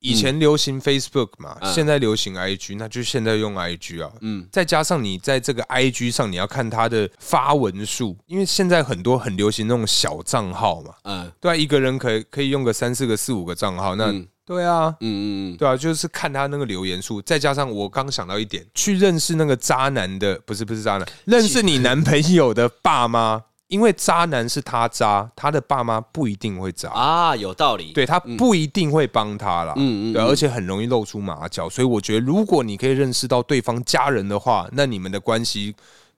A: 以前流行 Facebook 嘛，
B: 嗯
A: 现在流行 IG，那就现在用 IG 啊。
B: 嗯，
A: 再加上你在这个 IG 上，你要看它的发文数，因为现在很多很流行那种小账号嘛，
B: 呃，
A: 对啊，一个人可以可以用个三四个、四五个账号，那、
B: 嗯
A: 对啊，
B: 嗯嗯嗯，
A: 对啊，就是看他那个留言数，再加上我刚想到一点，去认识那个渣男的，不是不是渣男，认识你男朋友的爸妈，因为渣男是他渣，他的爸妈不一定会渣，
B: 啊，有道理。
A: 对他不一定会帮他啦，嗯
B: 嗯嗯
A: 对，而且很容易露出马脚，所以我觉得如果你可以认识到对方家人的话，那你们的关系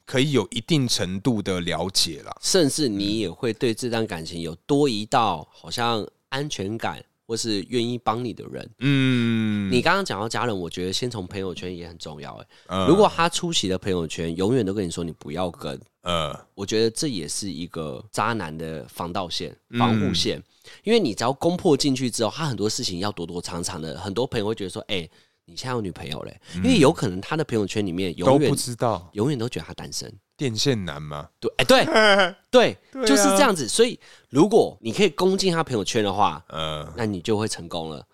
A: 可以有一定程度的了解啦。
B: 甚至你也会对这段感情有多一道好像安全感，或是愿意帮你的人。
A: 嗯，
B: 你刚刚讲到家人，我觉得先从朋友圈也很重要、欸。
A: 嗯
B: 如果他出席的朋友圈永远都跟你说你不要跟，
A: 呃
B: 我觉得这也是一个渣男的防盗线、
A: 嗯
B: 防护线，因为你只要攻破进去之后，他很多事情要躲躲藏藏的。很多朋友会觉得说：“哎、你现在有女朋友嘞、因为有可能他的朋友圈里面
A: 嗯都
B: 永远
A: 不知道
B: 永远都觉得他单身。
A: 电线男嘛，
B: 对，哎、对对
A: 对啊
B: 就是这样子。所以如果你可以攻进他朋友圈的话，
A: 呃
B: 那你就会成功了。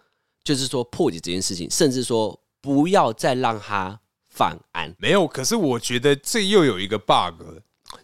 B: 就是说破解这件事情，甚至说不要再让他犯案。
A: 没有，可是我觉得这又有一个 bug，了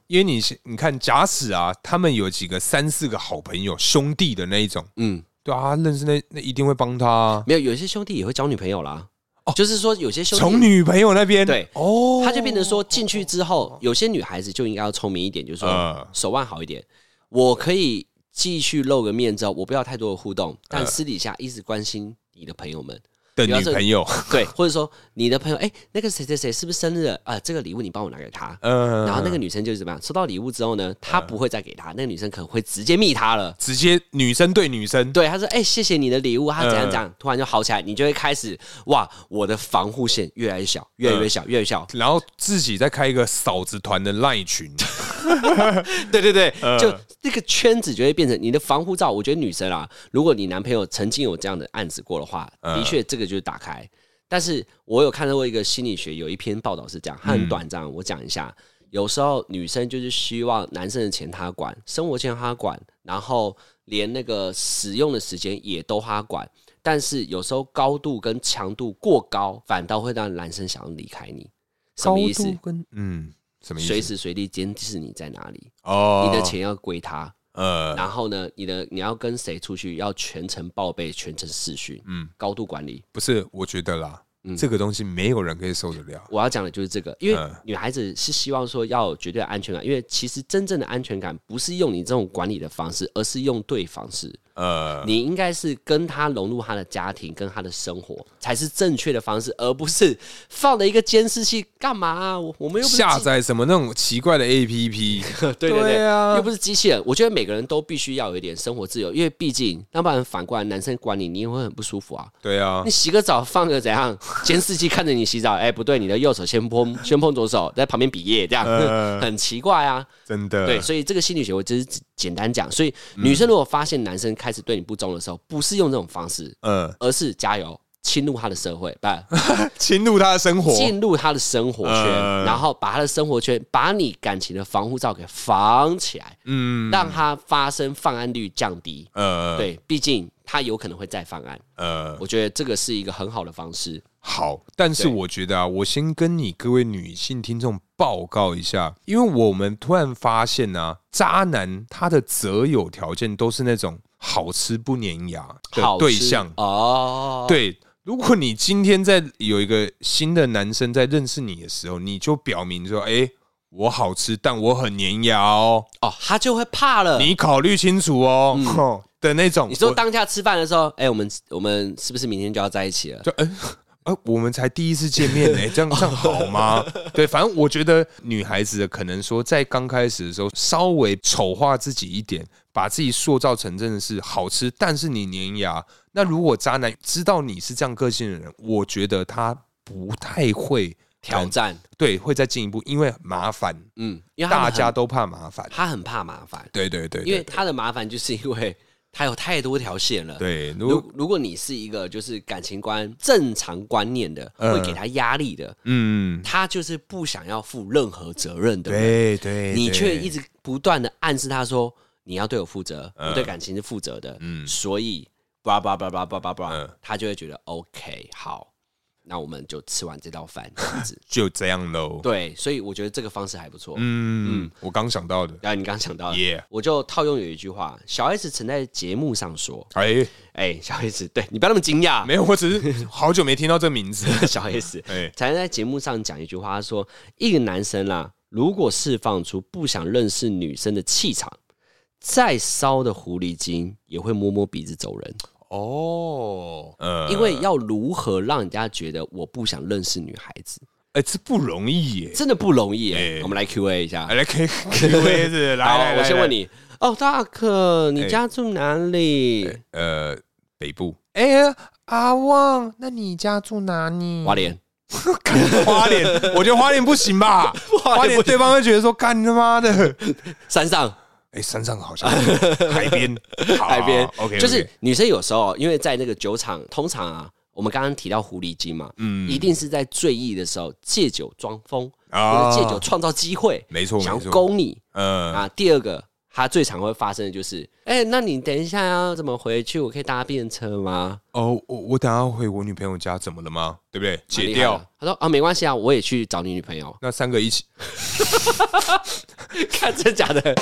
A: 因为你是你看，假使啊，他们有几个三四个好朋友兄弟的那一种，
B: 嗯，
A: 对啊，他认识那那一定会帮他啊
B: 没有，有些兄弟也会交女朋友啦。
A: 哦
B: 就是说，有些兄弟
A: 从女朋友那边
B: 对
A: 哦，
B: 他就变成说，进去之后，有些女孩子就应该要聪明一点，就是
A: 嗯
B: 说手腕好一点。我可以继续露个面之后，我不要太多的互动，
A: 嗯
B: 但私底下一直关心你的朋友们，
A: 的
B: 比方
A: 女
B: 说
A: 朋友，
B: 对，或者说你的朋友，哎、那个谁谁谁是不是生日了啊、这个礼物你帮我拿给他。
A: 嗯，
B: 然后那个女生就是怎么样？收到礼物之后呢，她不会再给他，那个女生可能会直接密他了。
A: 直接女生对女生，
B: 对，她说：“哎、谢谢你的礼物。”她怎样
A: 嗯
B: 怎样，突然就好起来，你就会开始哇，我的防护线越来越小，越来越
A: 嗯
B: 小，越来越小，
A: 然后自己再开一个嫂子团的赖群，
B: 对对对，
A: 嗯
B: 就那个圈子就会变成你的防护罩。我觉得女生啊，如果你男朋友曾经有这样的案子过的话，
A: 嗯
B: 的确这个就是打开。但是我有看到过一个心理学有一篇报道是这样，它很短暂，我讲一下。有时候女生就是希望男生的钱她管，生活钱她管，然后连那个使用的时间也都她管。但是有时候高度跟强度过高，反倒会让男生想要离开你。 什么意思
A: 高？度跟嗯什么意思？
B: 随时随地监视你在哪里，
A: 哦，
B: 你的钱要归他。
A: 呃
B: 然后呢，你的你要跟谁出去，要全程报备、全程视讯，
A: 嗯
B: 嗯，高度管理。
A: 不是，我觉得啦，
B: 嗯
A: 这个东西没有人可以受得了。
B: 我要讲的就是这个，因为
A: 嗯
B: 女孩子是希望说要有绝对的安全感，因为其实真正的安全感不是用你这种管理的方式，而是用对方式。
A: 呃，
B: 你应该是跟她融入她的家庭，跟她的生活才是正确的方式，而不是放了一个监视器干嘛、啊？我我们又不是
A: 下
B: 机，
A: 载什么那种奇怪的 APP，
B: 对对对
A: 对啊
B: 又不是机器人。我觉得每个人都必须要有一点生活自由，因为毕竟要不然反过来男生管你，你也会很不舒服啊。
A: 对啊
B: 你，洗个澡放个怎样 监视器看着你洗澡？哎、不对，你的右手先碰先碰左手，在旁边比耶，这样、
A: 呃
B: 很奇怪啊。
A: 真的，
B: 对，所以这个心理学我只是简单讲。所以女生如果发现男生开始对你不忠的时候，不是用这种方式，
A: 嗯，
B: 而是加油。侵入他的社会，不
A: 侵入他的生 活，
B: 进入他的生活圈，
A: 呃
B: 然后把他的生活圈，把你感情的防护罩给防起来，
A: 嗯，
B: 让他发生犯案率降低。
A: 呃，，
B: 对，毕竟他有可能会再犯案，
A: 呃，
B: 我觉得这个是一个很好的方式。
A: 好，但是
B: 对
A: 我觉得啊，我先跟你各位女性听众报告一下，因为我们突然发现呢、啊，渣男他的择友条件都是那种好吃不粘牙的
B: 好
A: 对
B: 吃
A: 象，
B: 哦，
A: 对。如果你今天在有一个新的男生在认识你的时候，你就表明说：“哎、我好吃，但我很粘牙哦，
B: 哦，他就会怕了。
A: 你考虑清楚哦。吼 的那种。
B: 嗯你说
A: 我
B: 当下吃饭的时候，哎、我们我们是不是明天就要在一起了？
A: 就哎、呃，我们才第一次见面呢、 这样这样好吗？对，反正我觉得女孩子可能说在刚开始的时候稍微丑化自己一点，把自己塑造成真的是好吃，但是你粘牙。那如果渣男知道你是这样个性的人，我觉得他不太会
B: 挑战，
A: 对，会再进一步，因为麻烦，
B: 嗯，因为他们
A: 大
B: 很
A: 家都怕麻烦。
B: 他很怕麻烦，
A: 对对对，
B: 因为他的麻烦就是因为他有太多条线了。。
A: 对，如
B: 如如果你是一个就是感情观正常观念的，
A: 嗯
B: 会给他压力的，
A: 嗯，
B: 他就是不想要负任何责任的人。
A: 对对，
B: 你
A: 对
B: 却一直不断的暗示他说你要对我负责，我对感情是负责的，
A: 嗯
B: 所以叭叭叭叭叭叭叭
A: 嗯，。
B: 他就会觉得 OK 好，那我们就吃完这道饭这样 子
A: 就这样喽。
B: 对，所以我觉得这个方式还不错。
A: 嗯，我刚想到的，
B: 然后你刚刚讲到的
A: Yeah
B: 我就套用有一句话，小 S 曾在节目上说
A: 哎，：“
B: 哎、小 S，对你不要那么惊讶，
A: 没有，我只是好久没听到这名字。
B: 小 S
A: 哎
B: 才在节目上讲一句话，他说一个男生啦、如果释放出不想认识女生的气场，再骚的狐狸精也会摸摸鼻子走人，
A: 哦，呃，
B: 因为要如何让人家觉得我不想认识女孩子，
A: 哎，这不容易耶。
B: 真的不容易耶、欸
A: 哎
B: 我们来 Q A 一下
A: 哎，。来 K Q A 是，来
B: 好，
A: 来，哎
B: 我先问
A: 你，
B: 你，哦，大可，你家住哪里？
A: 呃，北部。哎，阿旺，那你家住哪里
B: 花莲。
A: 花莲，我觉得花莲不行吧？花莲对方会觉得说，干他妈的，
B: 山上
A: 哎，山上好像海边，好
B: 海边
A: ，OK，
B: 就是女生有时候，因为在那个酒场，通常啊，我们刚刚提到狐狸精嘛，
A: 嗯
B: 一定是在醉意的时候借酒装疯，
A: 啊
B: 或者借酒创造机会，
A: 没错
B: 想
A: 没错
B: 要勾你
A: 呃，
B: 啊。第二个，他最常会发生的就是，哎、那你等一下要怎么回去？我可以搭便车吗？
A: 哦，我我等下回我女朋友家，怎么了吗？对不对？
B: 蛮
A: 解
B: 厉害的
A: 掉。。
B: 他说啊，没关系啊，我也
A: 。
B: 去找你女朋友
A: 那三个一起，
B: 看真假的？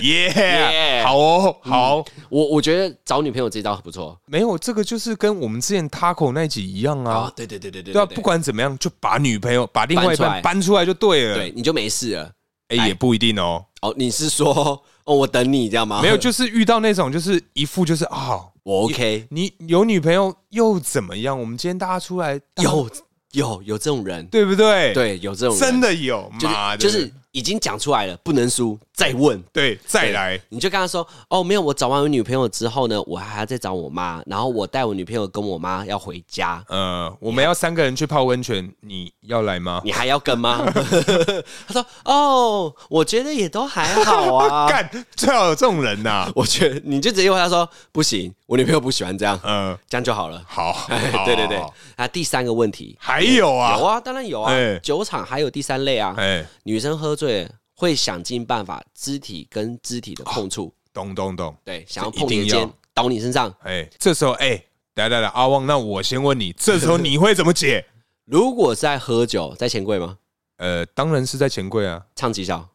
A: 耶，
B: Yeah
A: 好哦，好，
B: 我我觉得找女朋友这招很不错
A: 没有这个就是跟我们之前 Taco 那一集一样
B: 啊
A: 啊！，
B: 对对对对对
A: 对啊，
B: 对
A: 不管怎么样，就把女朋友把另外一半
B: 搬出来
A: 搬出来就对了。
B: 对，你就没事了。
A: 哎，也不一定哦，
B: 哦，你是说哦，我等你，这样吗？
A: 没有，就是遇到那种就是一副就是啊，
B: 我 OK，
A: 你有女朋友又怎么样？我们今天大家出来大家
B: 有有有这种人，
A: 对不对？，
B: 对，有这种人
A: 真的有，
B: 就
A: 妈的，
B: 是就是已经讲出来了，不能输，再问。
A: 对，再来
B: 对，你就跟他说：“哦，没有，我找完我女朋友之后呢，我还要再找我妈，然后我带我女朋友跟我妈要回家，
A: 呃，我们要三个人去泡温泉，你要来吗？
B: 你还要跟吗？” 他说：“哦，我觉得也都还好 啊。
A: 干，最好有这种人呐”，
B: 我觉得你就直接回答说：“不行，我女朋友不喜欢这样，
A: 呃，
B: 这样就好了。
A: 好，好
B: 对对对
A: 好，
B: 那第三个问题
A: 还有
B: 有
A: 哦啊，
B: 啊，当然有啊
A: 哎，
B: 酒场还有第三类啊，
A: 哎，
B: 女生喝醉会想尽办法肢体跟肢体的碰触，
A: 懂懂懂，
B: 对，想要
A: 哦这一
B: 碰你的
A: 定要
B: 肩，倒你身上。
A: 哎，这时候哎，来来来，阿旺，那我先问你，这时候你会怎么 解？
B: 如果是在喝酒，在钱柜吗？
A: 呃，当然是在钱柜啊，
B: 唱几小？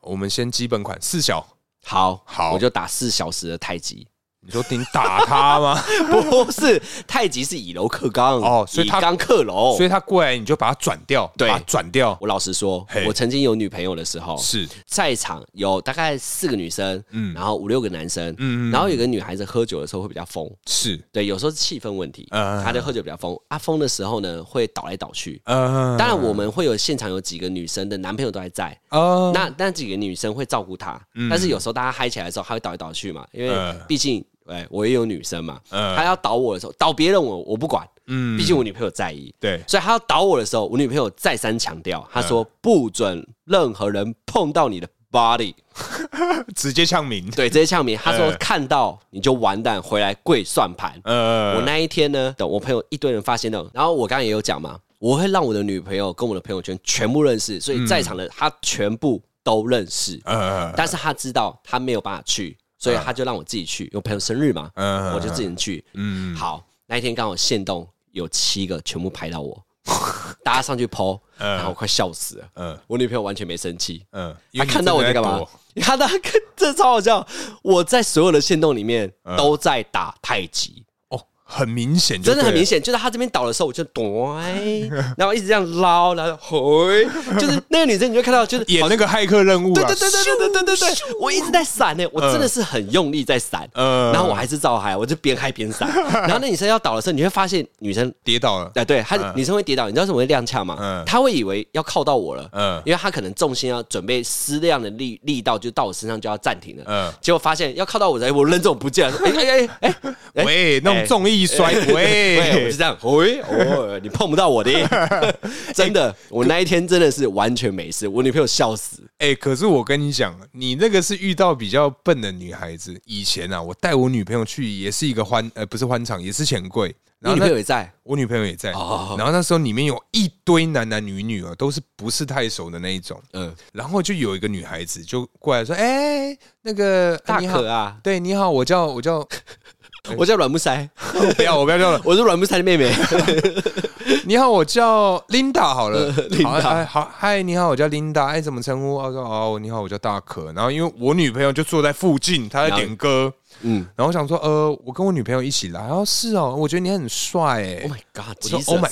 A: 我们先基本款四小。
B: 好，
A: 好
B: 我就打四小时的太极。
A: 你说你打他吗？
B: 不是太极是以柔克刚
A: 哦所以
B: 以
A: 他
B: 刚克柔
A: 所。以他过来你就把他转掉，
B: 对
A: 把他转掉。
B: 我老实说
A: 嘿，
B: 我曾经有女朋友的时候，
A: 是，
B: 在场有大概四个女生，
A: 嗯
B: 然后五六个男生，
A: 嗯
B: 然后有个女孩子喝酒的时候会比较疯，
A: 是，
B: 对，有时候是气氛问题，
A: 嗯
B: 她的喝酒比较疯，啊，疯的时候呢会倒来倒去。
A: 呃
B: 当然，我们会有现场有几个女生的男朋友都还在，
A: 呃
B: 那那几个女生会照顾她，但是有时候大家嗨起来的时候，她会倒来倒去嘛，因为
A: 嗯
B: 毕竟哎，我也有女生嘛，
A: 嗯
B: 她要倒我的时候，倒别人我我不管，
A: 嗯
B: 毕竟我女朋友在意，
A: 对
B: 所以她要倒我的时候，我女朋友再三强调，她
A: 嗯
B: 说不准任何人碰到你的 body，
A: 直接呛名，
B: 对，这些呛名，她说
A: 嗯
B: 看到你就完蛋，回来跪算盘。
A: 呃
B: 我那一天呢，等我朋友一堆人发现了，然后我刚刚也有讲嘛，我会让我的女朋友跟我的朋友圈全部认识，所以在
A: 嗯
B: 场的她全部都认识，
A: 呃
B: 但是她知道她没有办法去，所
A: 嗯
B: 以她就让我自己去，有朋友生日嘛，
A: 呃
B: 我就自己去。
A: 嗯
B: 好，那一天刚好限动有七个全部拍到我，大家上去 PO，然
A: 嗯
B: 后我快笑死了，
A: 呃
B: 我女朋友完全没生气，
A: 呃，因
B: 他
A: 为
B: 看到我
A: 你
B: 在
A: 正
B: 干
A: 躲
B: 嘛？ 他他这超好笑！我在所有的线动里面
A: 嗯
B: 都在打太极，
A: 哦，很明显，
B: 真的很明。显，就是他这边倒的时候，我就躲，然后一直这样捞，然后回，就是那个女生，你就看到就是
A: 演
B: 好
A: 那个骇客任务
B: 对
A: 啊，
B: 对对对对对对对对，我一直在闪呢，我真的是很用力在闪，
A: 呃
B: 然后我还是照嗨，我就边嗨边闪，然后那女生要倒的时候，你会发现女生。
A: 跌倒了，
B: 哎，对，她女生会跌倒，你知道为什么会踉跄
A: 嗯
B: 吗？她会以为要靠到我了，
A: 嗯
B: 因为她可能重心要准备施量的力力道就到我身上就要暂停了，
A: 嗯，
B: 结果发现要靠到我的，哎我人怎么不见了？哎哎哎哎哎，
A: 喂，那种重力摔，
B: 对，我
A: 喂
B: 就，这样，喂，哦，你碰不到我 的，真的，我那一天真的是完全没事，我女朋友笑死，
A: 哎，可是我跟你讲，你那个是遇到比较笨的女孩子。以前啊，我带我女朋友去，也是一个欢，呃，不是欢场，也是钱柜，
B: 你
A: 然后
B: 女
A: 那
B: 朋友也在，
A: 我女朋友也在，
B: 哦
A: 然后那时候里面有一堆男男女女啊，都是不是太熟的那一种，
B: 嗯，
A: 然后就有一个女孩子就过来说：“哎、那个呃
B: 大
A: 你好
B: 可，啊，
A: 对，你好，我叫我叫，哦
B: 我叫阮木塞，
A: 不要我不要叫了，
B: 我是阮木塞的妹妹，
A: 你好，我叫 Linda 好了
B: 呃 Linda
A: 好哎好，嗨，你好，我叫 Linda，哎，怎么称呼？我说哦，你好，我叫大可。然后因为我女朋友就坐在附近，她在点歌，
B: 嗯
A: 然后我想说，呃，我跟我女朋友一起来，然后是哦，我觉得你很帅哎、
B: ，Oh my
A: 我说 Oh my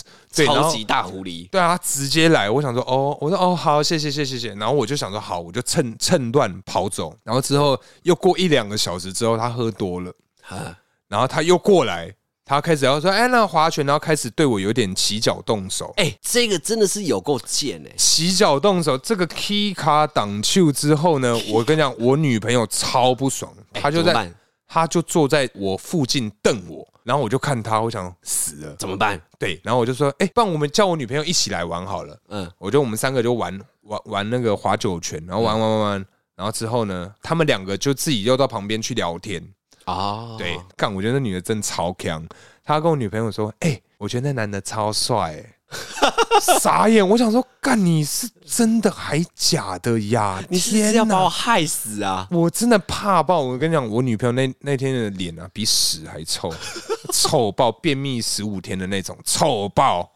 A: God，Jesus，对，然
B: 超
A: 后
B: 级大狐狸，
A: 对啊，他直接来，我想说哦，我说哦好，谢谢谢谢谢谢，然后我就想说好，我就趁趁乱跑走，然后之后又过一两个小时之后，他喝多了，
B: 啊
A: 然后他又过来，他开始要说哎那划拳，然后开始对我有点起脚动手，
B: 哎，这个真的是有够贱哎，
A: 起脚动手这个 key 卡挡球之后 呢，我跟你讲，我女朋友超不爽，
B: 哎
A: 她就
B: 怎么
A: 在
B: 办
A: 她就坐在我附近瞪我，然后我就看她，我想死了，
B: 怎么办？
A: 对，然后我就说哎，不然我们叫我女朋友一起来玩好了。
B: 嗯，
A: 我觉得我们三个就玩玩玩那个划九圈，然后
B: 嗯
A: 玩玩玩玩，然后之后呢，他们两个就自己又到旁边去聊天。
B: 哦，
A: 对，干，我觉得那女的真超强。她跟我女朋友说：“哎、我觉得那男的超帅、 欸。”傻眼，我想说，干你是真的还假的呀？
B: 你是不
A: 天
B: 是要
A: 哪
B: 把我害死啊？
A: 我真的怕爆！我跟你讲，我女朋友那那天的脸啊，比屎还臭， 臭爆，便秘十五天的那种，臭爆。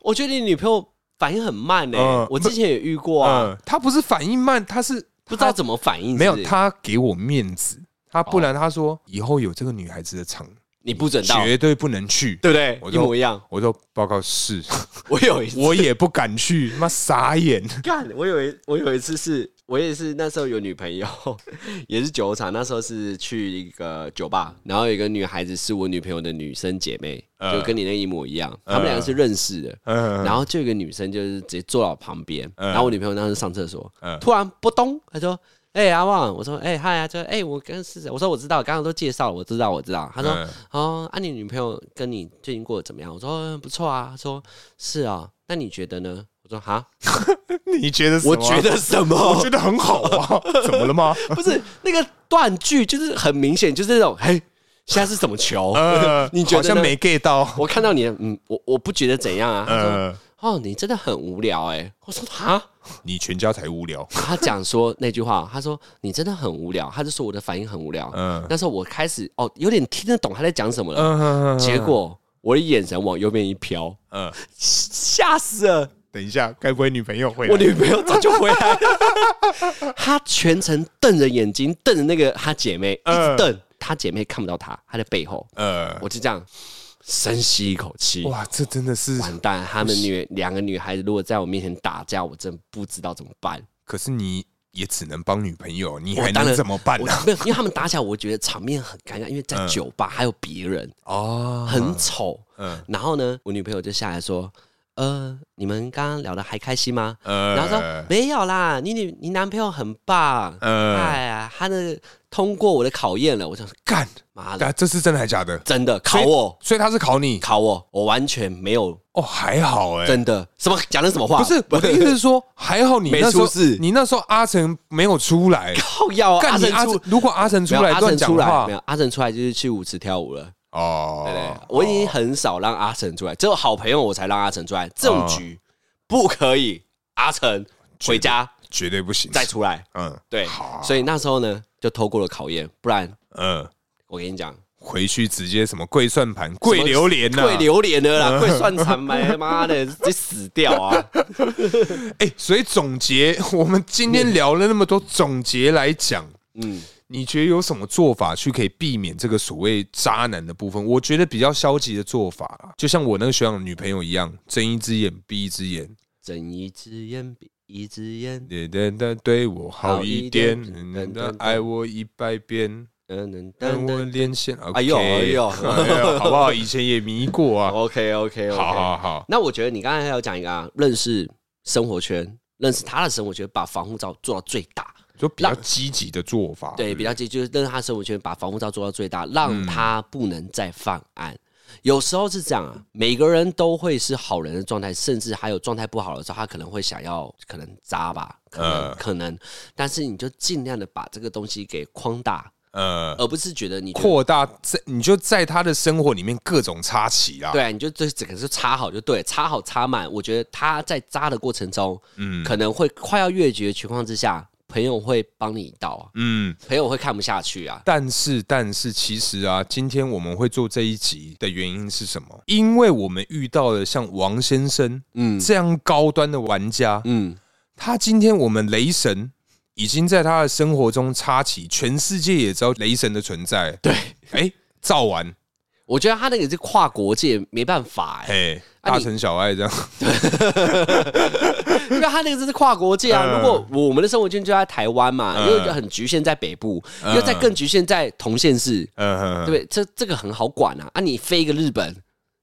B: 我觉得你女朋友反应很慢呢、欸
A: 嗯
B: 我之前也遇过啊，
A: 嗯，他不是反应慢，他是
B: 不知道怎么反应是
A: 没有
B: 不是
A: 他给我面子，他不然他说以后有这个女孩子的场，
B: 你不准到，
A: 绝对不能去。
B: 对不对
A: 我？
B: 一
A: 就
B: 模一样。
A: 我说报告是，
B: 我有一次
A: 我也不敢去，妈傻眼。
B: 干，我有一我有一次是我也是那时候有女朋友， 也是酒场，那时候是去一个酒吧，然后有一个女孩子是我女朋友的女生姐妹，
A: 呃
B: 就跟你那一模一样，她们两个是认识的。
A: 嗯，
B: 然后就有一个女生就是直接坐到我旁边，
A: 嗯
B: 然后我女朋友当时上厕所
A: 嗯，
B: 突然扑咚，她说：“哎，阿旺。”我说：“哎，嗨啊。”她说：“哎，我刚是谁，我说我知道，刚刚都介绍了，我知道，我知道。”她
A: 嗯
B: 说：“哦，啊，你女朋友跟你最近过得怎么样？”我说：“嗯不错啊。”她说：“是啊，那你觉得呢？”我说：“哈，
A: 你觉得什么？
B: 我觉得 什
A: 我
B: 么？
A: 觉得很好 啊，怎么了吗？
B: 不是那个断句，就是很明显，就是那种嘿，现在是什么球？
A: 呃，
B: 你觉得
A: 好
B: 呢
A: 像没 get 到？
B: 我看到你的，嗯，我我不觉得怎样啊。他说
A: 呃，
B: 哦，你真的很无聊哎、我说哈，
A: 你全家才无聊。
B: 他讲说那句话，他说你真的很无聊，他就说我的反应很无聊。
A: 嗯
B: 那时候我开始哦，有点听得懂他在讲什么了，
A: 嗯，
B: 结果我的眼神往右边一飘，
A: 嗯，
B: 吓死了。
A: 等一下，该不会女朋友会来？
B: 我女朋友早就回来了， 她全程瞪着眼睛，瞪着那个她姐妹，一直
A: 嗯
B: 瞪。她姐妹看不到她，她在背后，
A: 呃，
B: 我就这样深吸一口气。
A: 哇，这真的是，
B: 完蛋！她们女两个女孩子如果在我面前打架，我真不知道怎么办。
A: 可是你也只能帮女朋友，你还
B: 我当
A: 能
B: 然
A: 怎么办
B: 我
A: 呢？
B: 没有，因为他们打起来，我觉得场面很尴尬，因为在酒吧还有别人，
A: 哦，
B: 很丑。
A: 嗯
B: 然后呢，我女朋友就下来说：“呃，你们刚刚聊的还开心吗？”
A: 呃
B: 然后说没有啦，你女你男朋友很棒，
A: 嗯
B: 哎呀，他的通过我的考验了。我想说，
A: 干，
B: 妈的，
A: 啊，这是真的还假的？
B: 真的考我，
A: 所以他是考你
B: 考我，我完全没有
A: 哦，还好哎，
B: 真的什么讲的什么话，
A: 不是我的意思是说，还好你
B: 没
A: 那时候
B: 出事
A: 你那时候阿成没有出来，
B: 靠要啊
A: 干
B: 阿
A: 你
B: 成
A: 阿
B: 出
A: 成，如果阿成出
B: 没有
A: 来
B: 阿
A: 乱
B: 成
A: 讲
B: 出来
A: 话
B: 没，有阿成出来就是去舞池跳舞了。对对
A: 哦，
B: 我已经很少让阿成出来，只有好朋友我才让阿成出来。这种局
A: 哦
B: 不可以，阿成回家
A: 绝对不行，
B: 再出来。
A: 嗯
B: 对
A: 好啊，
B: 所以那时候呢就透过了考验，不然
A: 嗯，
B: 我跟你讲，
A: 回去直接什么跪算盘、跪榴莲啊嗯呐，
B: 跪榴莲的啦，跪蒜肠呗，妈 的，直接死掉啊！
A: 哎、所以总结， 我们今天聊了那么多，总结来讲，
B: 嗯，
A: 你觉得有什么做法去可以避免这个所谓渣男的部分？我觉得比较消极的做法啊，就像我那个学长的女朋友一样，睁一只眼闭一只眼，
B: 睁一只眼闭一只眼，
A: 对对对，对我好一点，
B: 好一点
A: 能的爱我一百遍，
B: 嗯嗯
A: 但
B: 嗯
A: 我
B: 嗯
A: 连线，OK，
B: 哎呦哎呦
A: 哎呦好不好？以前也迷 过啊，
B: ，OK OK
A: 好
B: OK。
A: 好好，
B: 那我觉得你刚才还有讲一个啊，认识生活圈，认识他的生活圈，把防护罩做到最大。
A: 就比较积极的做法，
B: 对，比较接就是让他生活圈把防护罩做到最大，
A: 嗯
B: 让他不能再犯案。有时候是这样啊，每个人都会是好人的状态，甚至还有状态不好的时候，他可能会想要可能渣吧，可能、
A: 呃
B: 可能，但是你就尽量的把这个东西给框大，
A: 呃。
B: 而不是觉得你就
A: 扩大在你就在他的生活里面各种插旗啊，
B: 对啊，你就这整个就插好就对，插好插满。我觉得他在扎的过程中，
A: 嗯
B: 可能会快要越级的情况之下，朋友会帮你一道啊，
A: 嗯，
B: 朋友会看不下去啊，
A: 但是但是，其实啊，今天我们会做这一集的原因是什么？因为我们遇到了像王先生
B: 嗯
A: 这样高端的玩家，
B: 嗯，
A: 他今天我们雷神已经在他的生活中插旗，全世界也知道雷神的存在。
B: 对。
A: 哎，造完，
B: 我觉得他那个是跨国界，没办法、 欸，
A: 哎，
B: 啊
A: 大
B: 你
A: 城小爱这样，
B: 因为他那个真是跨国界啊。
A: 嗯
B: 如果我们的生活圈就在台湾嘛，
A: 嗯
B: 又很局限在北部，又在更局限在同县市，
A: 嗯，
B: 对不对？这这个很好管啊。啊，你飞一个日本，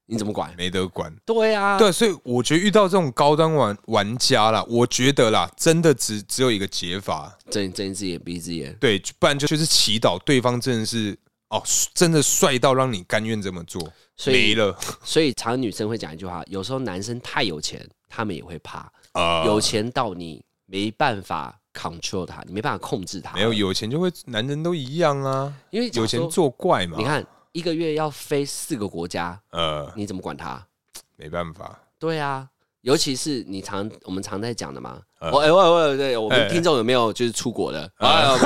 B: 你怎么管？
A: 没得管。
B: 对啊，
A: 对，所以我觉得遇到这种高端玩玩家啦，我觉得啦，真的只只有一个解法，
B: 睁睁一只眼闭一只眼。
A: 对，不然就就是祈祷对方真的是哦，真的帅到让你甘愿这么做，
B: 所
A: 没
B: 以，
A: 了
B: 所以常常女生会讲一句话：有时候男生太有钱，他们也会怕。
A: 啊
B: 有钱到你没办法 control 他，你没办法控制他。
A: 没有，有钱就会，男人都一样啊，
B: 因为假
A: 有
B: 如
A: 钱啊
B: 说
A: 作怪嘛。
B: 你，看一个月要飞四个国家，
A: 呃，
B: 你怎么管他？
A: 没办法，
B: 对啊，尤其是你常我们常在讲的嘛。
A: 呃
B: 我哎我我对我
A: 哎
B: 们听众有没有就是出国的？啊，我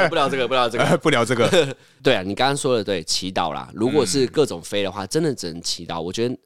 B: 们不聊这个，不聊这个。
A: 不聊这个，
B: 嗯对啊，你刚刚说的对，祈祷啦。如果是各种飞的话，真的只能祈祷。我觉得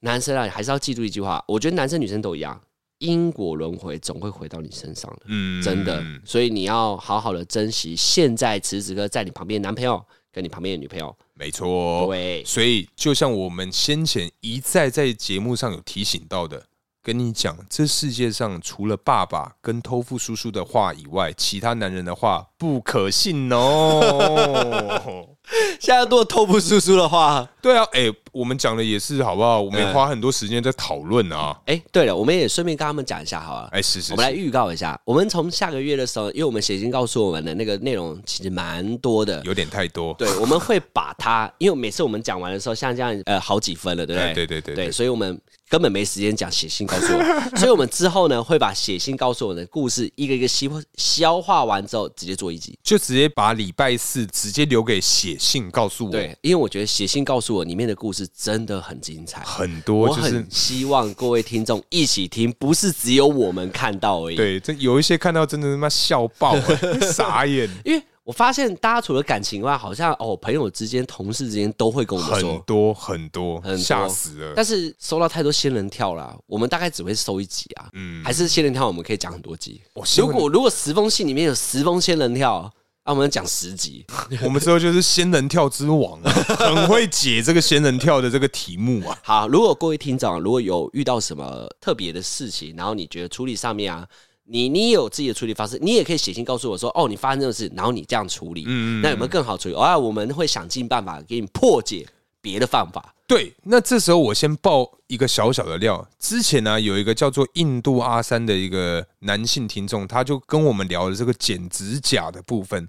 B: 男生啊，还是要记住一句话，我觉得男生女生都一样，因果轮回总会回到你身上的，
A: 嗯
B: 真的。所以你要好好的珍惜现在此时此刻在你旁边的男朋友跟你旁边的女朋友。
A: 没错。
B: 对，
A: 所以，就像我们先前一再在节目上有提醒到的，跟你讲，这世界上除了爸爸跟偷富叔叔的话以外，其他男人的话不可信哦。
B: 现在如果偷不叔叔的话，
A: 对啊，哎、我们讲的也是好不好？我们也
B: 嗯
A: 花很多时间在讨论啊。
B: 哎、对了，我们也顺便跟他们讲一下好了。
A: 哎、是是
B: 嗯我们来
A: 是，
B: 预告一下，我们从下个月的时候，因为我们写信告诉我们的那个内容其实蛮多的，
A: 有点太多。
B: 对，我们会把它，因为每次我们讲完的时候，像这样呃好几分了，对不对？
A: 哎对对对对
B: 对，所以我们根本没时间讲写信告诉 我，所以我们之后呢会把写信告诉我们的故事一个一个消消化完之后，直接做一集。
A: 就直接把礼拜四直接留给写信告诉我。，
B: 对，因为我觉得写信告诉我里面的故事真的很精彩，
A: 很
B: 我
A: 多就是
B: 很希望各位听众一起听，不是只有我们看到而已。
A: 对，这有一些看到真的他妈笑爆、 哎傻眼，
B: 因为我发现大家除了感情以外，好像哦朋友之间、同事之间都会跟我们
A: 很
B: 说，
A: 多很多
B: 很，多
A: 吓死了。
B: 但是收到太多仙人跳啦，我们大概只会收一集啊，
A: 嗯，哦
B: 还是仙人跳我们可以讲很多集。
A: 我希
B: 如
A: 望
B: 果如果十封信里面有十封仙人跳，那、我们讲十集，
A: 我们之后就是仙人跳之王、 啊，很会解这个仙人跳的这个题目啊。
B: 好，如果各位听众如果有遇到什么特别的事情，然后你觉得处理上面啊，你你有自己的处理方式，你也可以写信告诉我说，哦，你发生这种事，然后你这样处理，
A: 嗯
B: 那有没有更好处理？啊，我们会想尽办法给你破解别的方法。
A: 对，那这时候我先爆一个小小的料。之前呢、有一个叫做印度阿三的一个男性听众，他就跟我们聊了这个剪指甲的部 分。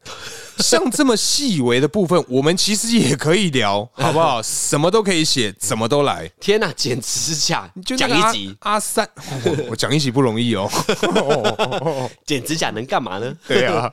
A: 像这么细微的部分，我们其实也可以聊，好不好？什么都可以写，怎么都来。
B: 天呐、剪指甲，
A: 就那
B: 讲
A: 个啊
B: 一
A: 阿
B: 集
A: 阿三，我我讲一集不容易 哦。
B: 剪指甲能干嘛呢？
A: 对啊，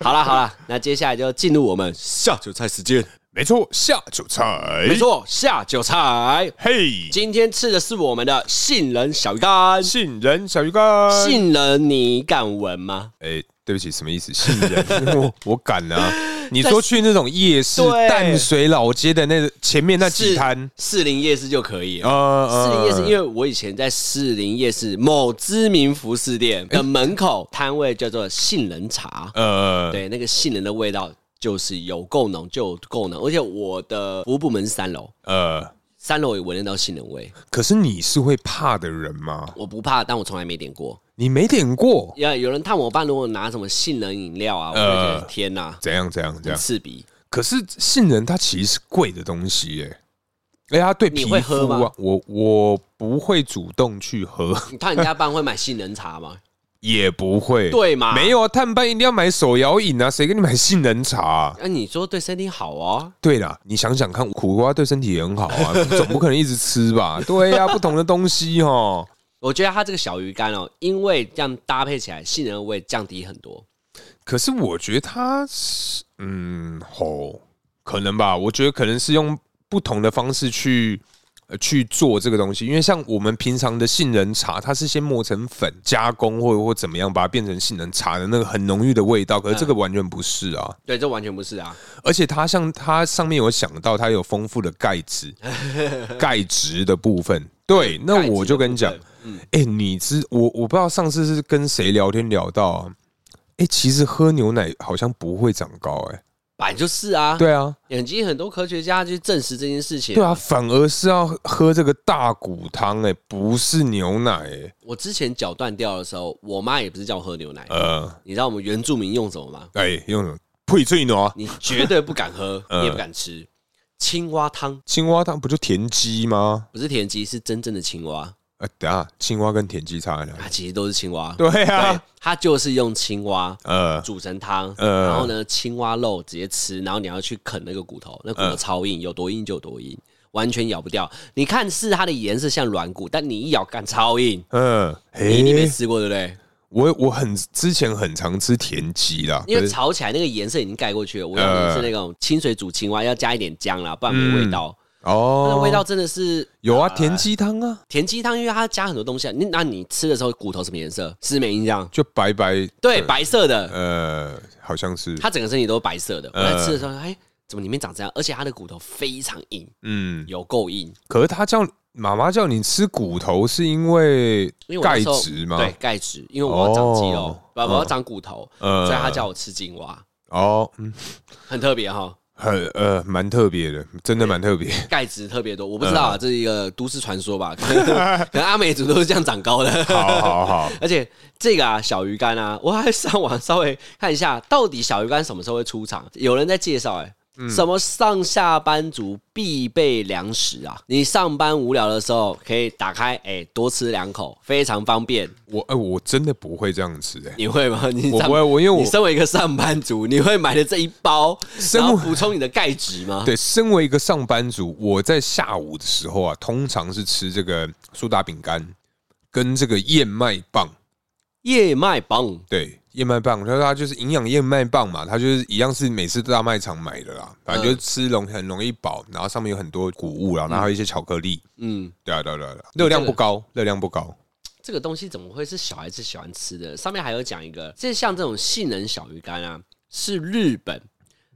B: 好啦好啦， 那接下来就进入我们下酒菜时间。
A: 没错，下酒菜，
B: 没，错，下酒菜，
A: 嘿，
B: 今天吃的是我们的杏仁小鱼干。
A: 杏仁小鱼干，
B: 杏仁你敢闻吗？
A: 哎，对不起，什么意思？杏仁， 我我敢 啊！你说去那种夜市
B: 对
A: 淡水老街的那个前面那几
B: 是
A: 摊，
B: 士林夜市就可以
A: 呃
B: 了。士林
A: 呃，
B: 夜市，因为我以前在士林夜市某知名服饰店的门口摊位叫做杏仁茶，
A: 呃，
B: 对，那个杏仁的味道就是有够浓，就有够浓。而且我的服务部门是三楼，
A: 呃，
B: 三楼也闻得到杏仁味，
A: 可是你是会怕的人吗？
B: 我不怕，但我从来没点过。
A: 你没点过，
B: 要有人探我爸，如果拿什么杏仁饮料啊，我会觉
A: 呃啊
B: 得天哪，
A: 怎样怎样怎
B: 很
A: 样？
B: 刺鼻。
A: 可是杏仁它其实是贵的东西耶、哎呀，它对皮
B: 你会
A: 肤
B: 喝
A: 啊
B: 吗，
A: 我我不会主动去喝，
B: 你探人家班会买杏仁茶吗？
A: 也不会，
B: 对嘛？
A: 没。有啊，探班一定要买手摇饮啊，谁给你买杏仁茶啊、
B: 那你说对身体好哦。
A: 对啦，你想想看，苦瓜对身体也很好啊，总不可能一直吃吧？对呀、不同的东西哦。
B: 我觉得它这个小鱼干哦，因为这样搭配起来，杏仁味降低很多。
A: 可是我觉得它是，嗯，吼，可能吧。我觉得可能是用不同的方式去。呃去做这个东西，因为像我们平常的杏仁茶，它是先磨成粉加工，或或怎么样，把它变成杏仁茶的那个很浓郁的味道。可是这个完全不是啊，
B: 对，这完全不是啊。
A: 而且它像它上面有想到，它有丰富的钙 质，钙质的部分。对，那我就跟你讲
B: 钙质，
A: 哎、你知我我不知道上次是跟谁聊天聊到、啊，哎、其实喝牛奶好像不会长高、哎、
B: 本来就是啊。，
A: 对啊，
B: 眼睛很多科学家去证实这件事情。
A: 对啊，反而是要喝这个大骨汤，哎，不是牛奶、哎，
B: 我之前脚断掉的时候，我妈也不是叫我喝牛奶。
A: 呃，
B: 你知道我们原住民用什么吗？
A: 哎、用什么配最挪
B: 你绝对不敢 喝，
A: 呃
B: 你也不敢吃。青蛙汤
A: 青蛙汤不就田鸡吗？
B: 不是田鸡，是真正的青蛙，
A: 呃，等一下，青蛙跟田鸡差在哪里？
B: 它其实都是青蛙。
A: 对
B: 对
A: 啊，，
B: 它就是用青蛙
A: 呃，
B: 煮成汤，
A: 呃
B: 然后呢，青蛙肉直接吃，然后你要去啃那个骨头，那骨
A: 呃
B: 头超硬，有多硬就有多硬，完全咬不掉。你看似它的颜色像软骨，但你一咬，干超硬。
A: 嗯、呃，
B: 你你
A: 哎
B: 没吃过对不对？
A: 我我很之前很常吃田鸡啦，
B: 因
A: 可
B: 为
A: 是呃
B: 炒起来那个颜色已经盖过去了。我用的是那种清水煮青蛙，要加一点姜啦，不然没味道。那
A: 嗯哦
B: 个味道真的是
A: 有啊，田鸡汤啊，
B: 田鸡汤，因为它加很多东西啊。你那你吃的时候骨头什么颜色？是没印象？
A: 就白白
B: 对，白色的。
A: 呃，好像是
B: 它整个身体都是白色的。我
A: 呃
B: 在吃的时候，哎、怎么里面长这样？而且它的骨头非常硬，
A: 嗯，
B: 有够硬。
A: 可是它这样妈妈叫你吃骨头是因为
B: 因为我那
A: 钙
B: 时候
A: 质吗？
B: 对，，钙质，因为我要长肌肉
A: 哦，
B: 不、我要长骨头，
A: 呃
B: 所以他叫我吃金蛙，
A: 哦，嗯，
B: 很特别哈，
A: 很呃，蛮特别的，真的蛮特别。
B: 钙质特别多。我不知
A: 嗯
B: 道啊，这是一个都市传说吧？可能 可能阿美族都是这样长高的。
A: 好好好，
B: 而且这个啊，小鱼干啊，我还上网稍微看一下，到底小鱼干什么时候会出场？有人在介绍、欸，哎、
A: 嗯
B: 什么上下班族必备粮食啊？你上班无聊的时候可以打开，哎、多吃两口，非常方便。
A: 我哎、我真的不会这样吃哎、
B: 你会吗？ 你
A: 我
B: 上
A: 不会，我因为我
B: 你身为一个上班族，你会买的这一包，
A: 身
B: 然后
A: 为
B: 补充你的钙质吗？
A: 对，身为一个上班族，我在下午的时候啊，通常是吃这个苏打饼干跟这个燕麦棒。
B: 燕麦棒，
A: 对，燕麦棒，它它就是营养燕麦棒嘛，它就是一样是每次大卖场买的啦，
B: 嗯
A: 反正就是吃容很容易饱，然后上面有很多谷物啦，然后还有一些巧克力。
B: 嗯，
A: 对啊，对啊，对啊，对啊热量不高，热量不高。
B: 这个东西怎么会是小孩子喜欢吃的？上面还有讲一个，这像这种杏仁小鱼干啊，是日本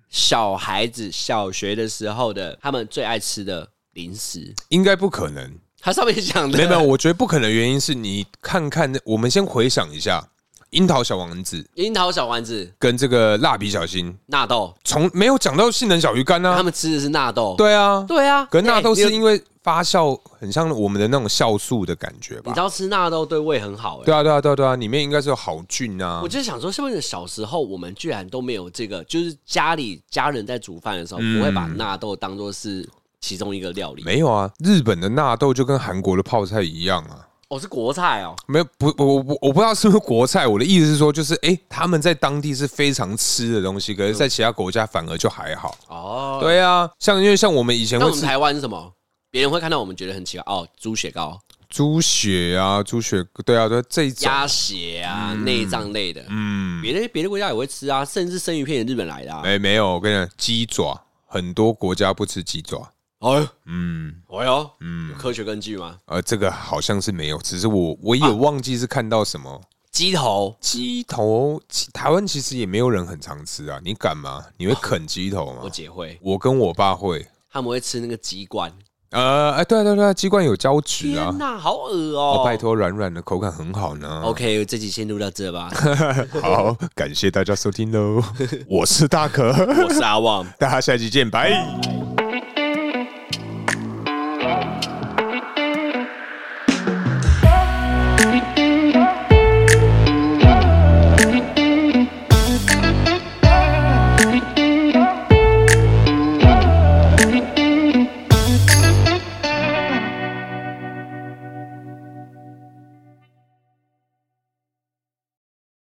B: 小孩子小学的时候的他们最爱吃的零食。
A: 应该不可能，
B: 它上面讲的
A: 没有没有，我觉得不可能。原因是你看看，我们先回想一下，樱桃小丸子
B: 樱桃小丸子、
A: 跟这个蜡笔小新，
B: 纳豆，
A: 从没有讲到性能小鱼干
B: 他
A: 啊，
B: 们吃的是纳豆。
A: 对啊，
B: 对啊，
A: 可是纳豆
B: 哎
A: 是
B: 你
A: 因为发酵，很像我们的那种酵素的感觉
B: 你
A: 吧
B: 知？道吃纳豆对胃很好哎、
A: 对啊，对啊，对啊，对啊，里面应该是有好菌啊
B: 我。就想说，是不是小时候我们居然都没有这个？就是家里家人在煮饭的时候，
A: 嗯
B: 不会把纳豆当做是其中一个料理。
A: 没有啊，日本的纳豆就跟韩国的泡菜一样啊。
B: 哦，是国菜哦。
A: 没有不不我不我不知道是不是国菜，我的意思是说，就是诶，他们在当地是非常吃的东西，可是在其他国家反而就还好。
B: 哦，
A: 对啊，像因为像我们以前
B: 那
A: 会
B: 我们
A: 吃
B: 台湾是什么？别人会看到我们觉得很奇怪哦，猪血糕、
A: 猪血啊，猪血对啊，对啊这一种，
B: 鸭血啊、内脏类的，
A: 嗯，
B: 别的别的国家也会吃啊，甚至生鱼片也日本来的、啊。
A: 没没有，我跟你讲，鸡爪很多国家不吃鸡爪，
B: 哎呦，
A: 嗯。
B: 哎呦，有科学根据吗？
A: 呃，这个好像是没有，只是我我也忘记是看到什
B: 啊
A: 么
B: 鸡头
A: 鸡头。其台湾其实也没有人很常吃啊，你敢吗？你会啃鸡头
B: 我
A: 吗？
B: 姐会，
A: 我跟我爸会。
B: 他们会吃那个鸡冠。
A: 呃，哎，对啊对啊对啊，鸡冠有胶质啊
B: 天，哪，好恶
A: 哦，
B: 哦！
A: 拜。托，软软的口感很好 呢。
B: OK，这集先录到这吧。
A: 好，感谢大家收听喽，我是大可，
B: 我是阿旺。
A: 大家下期见，拜。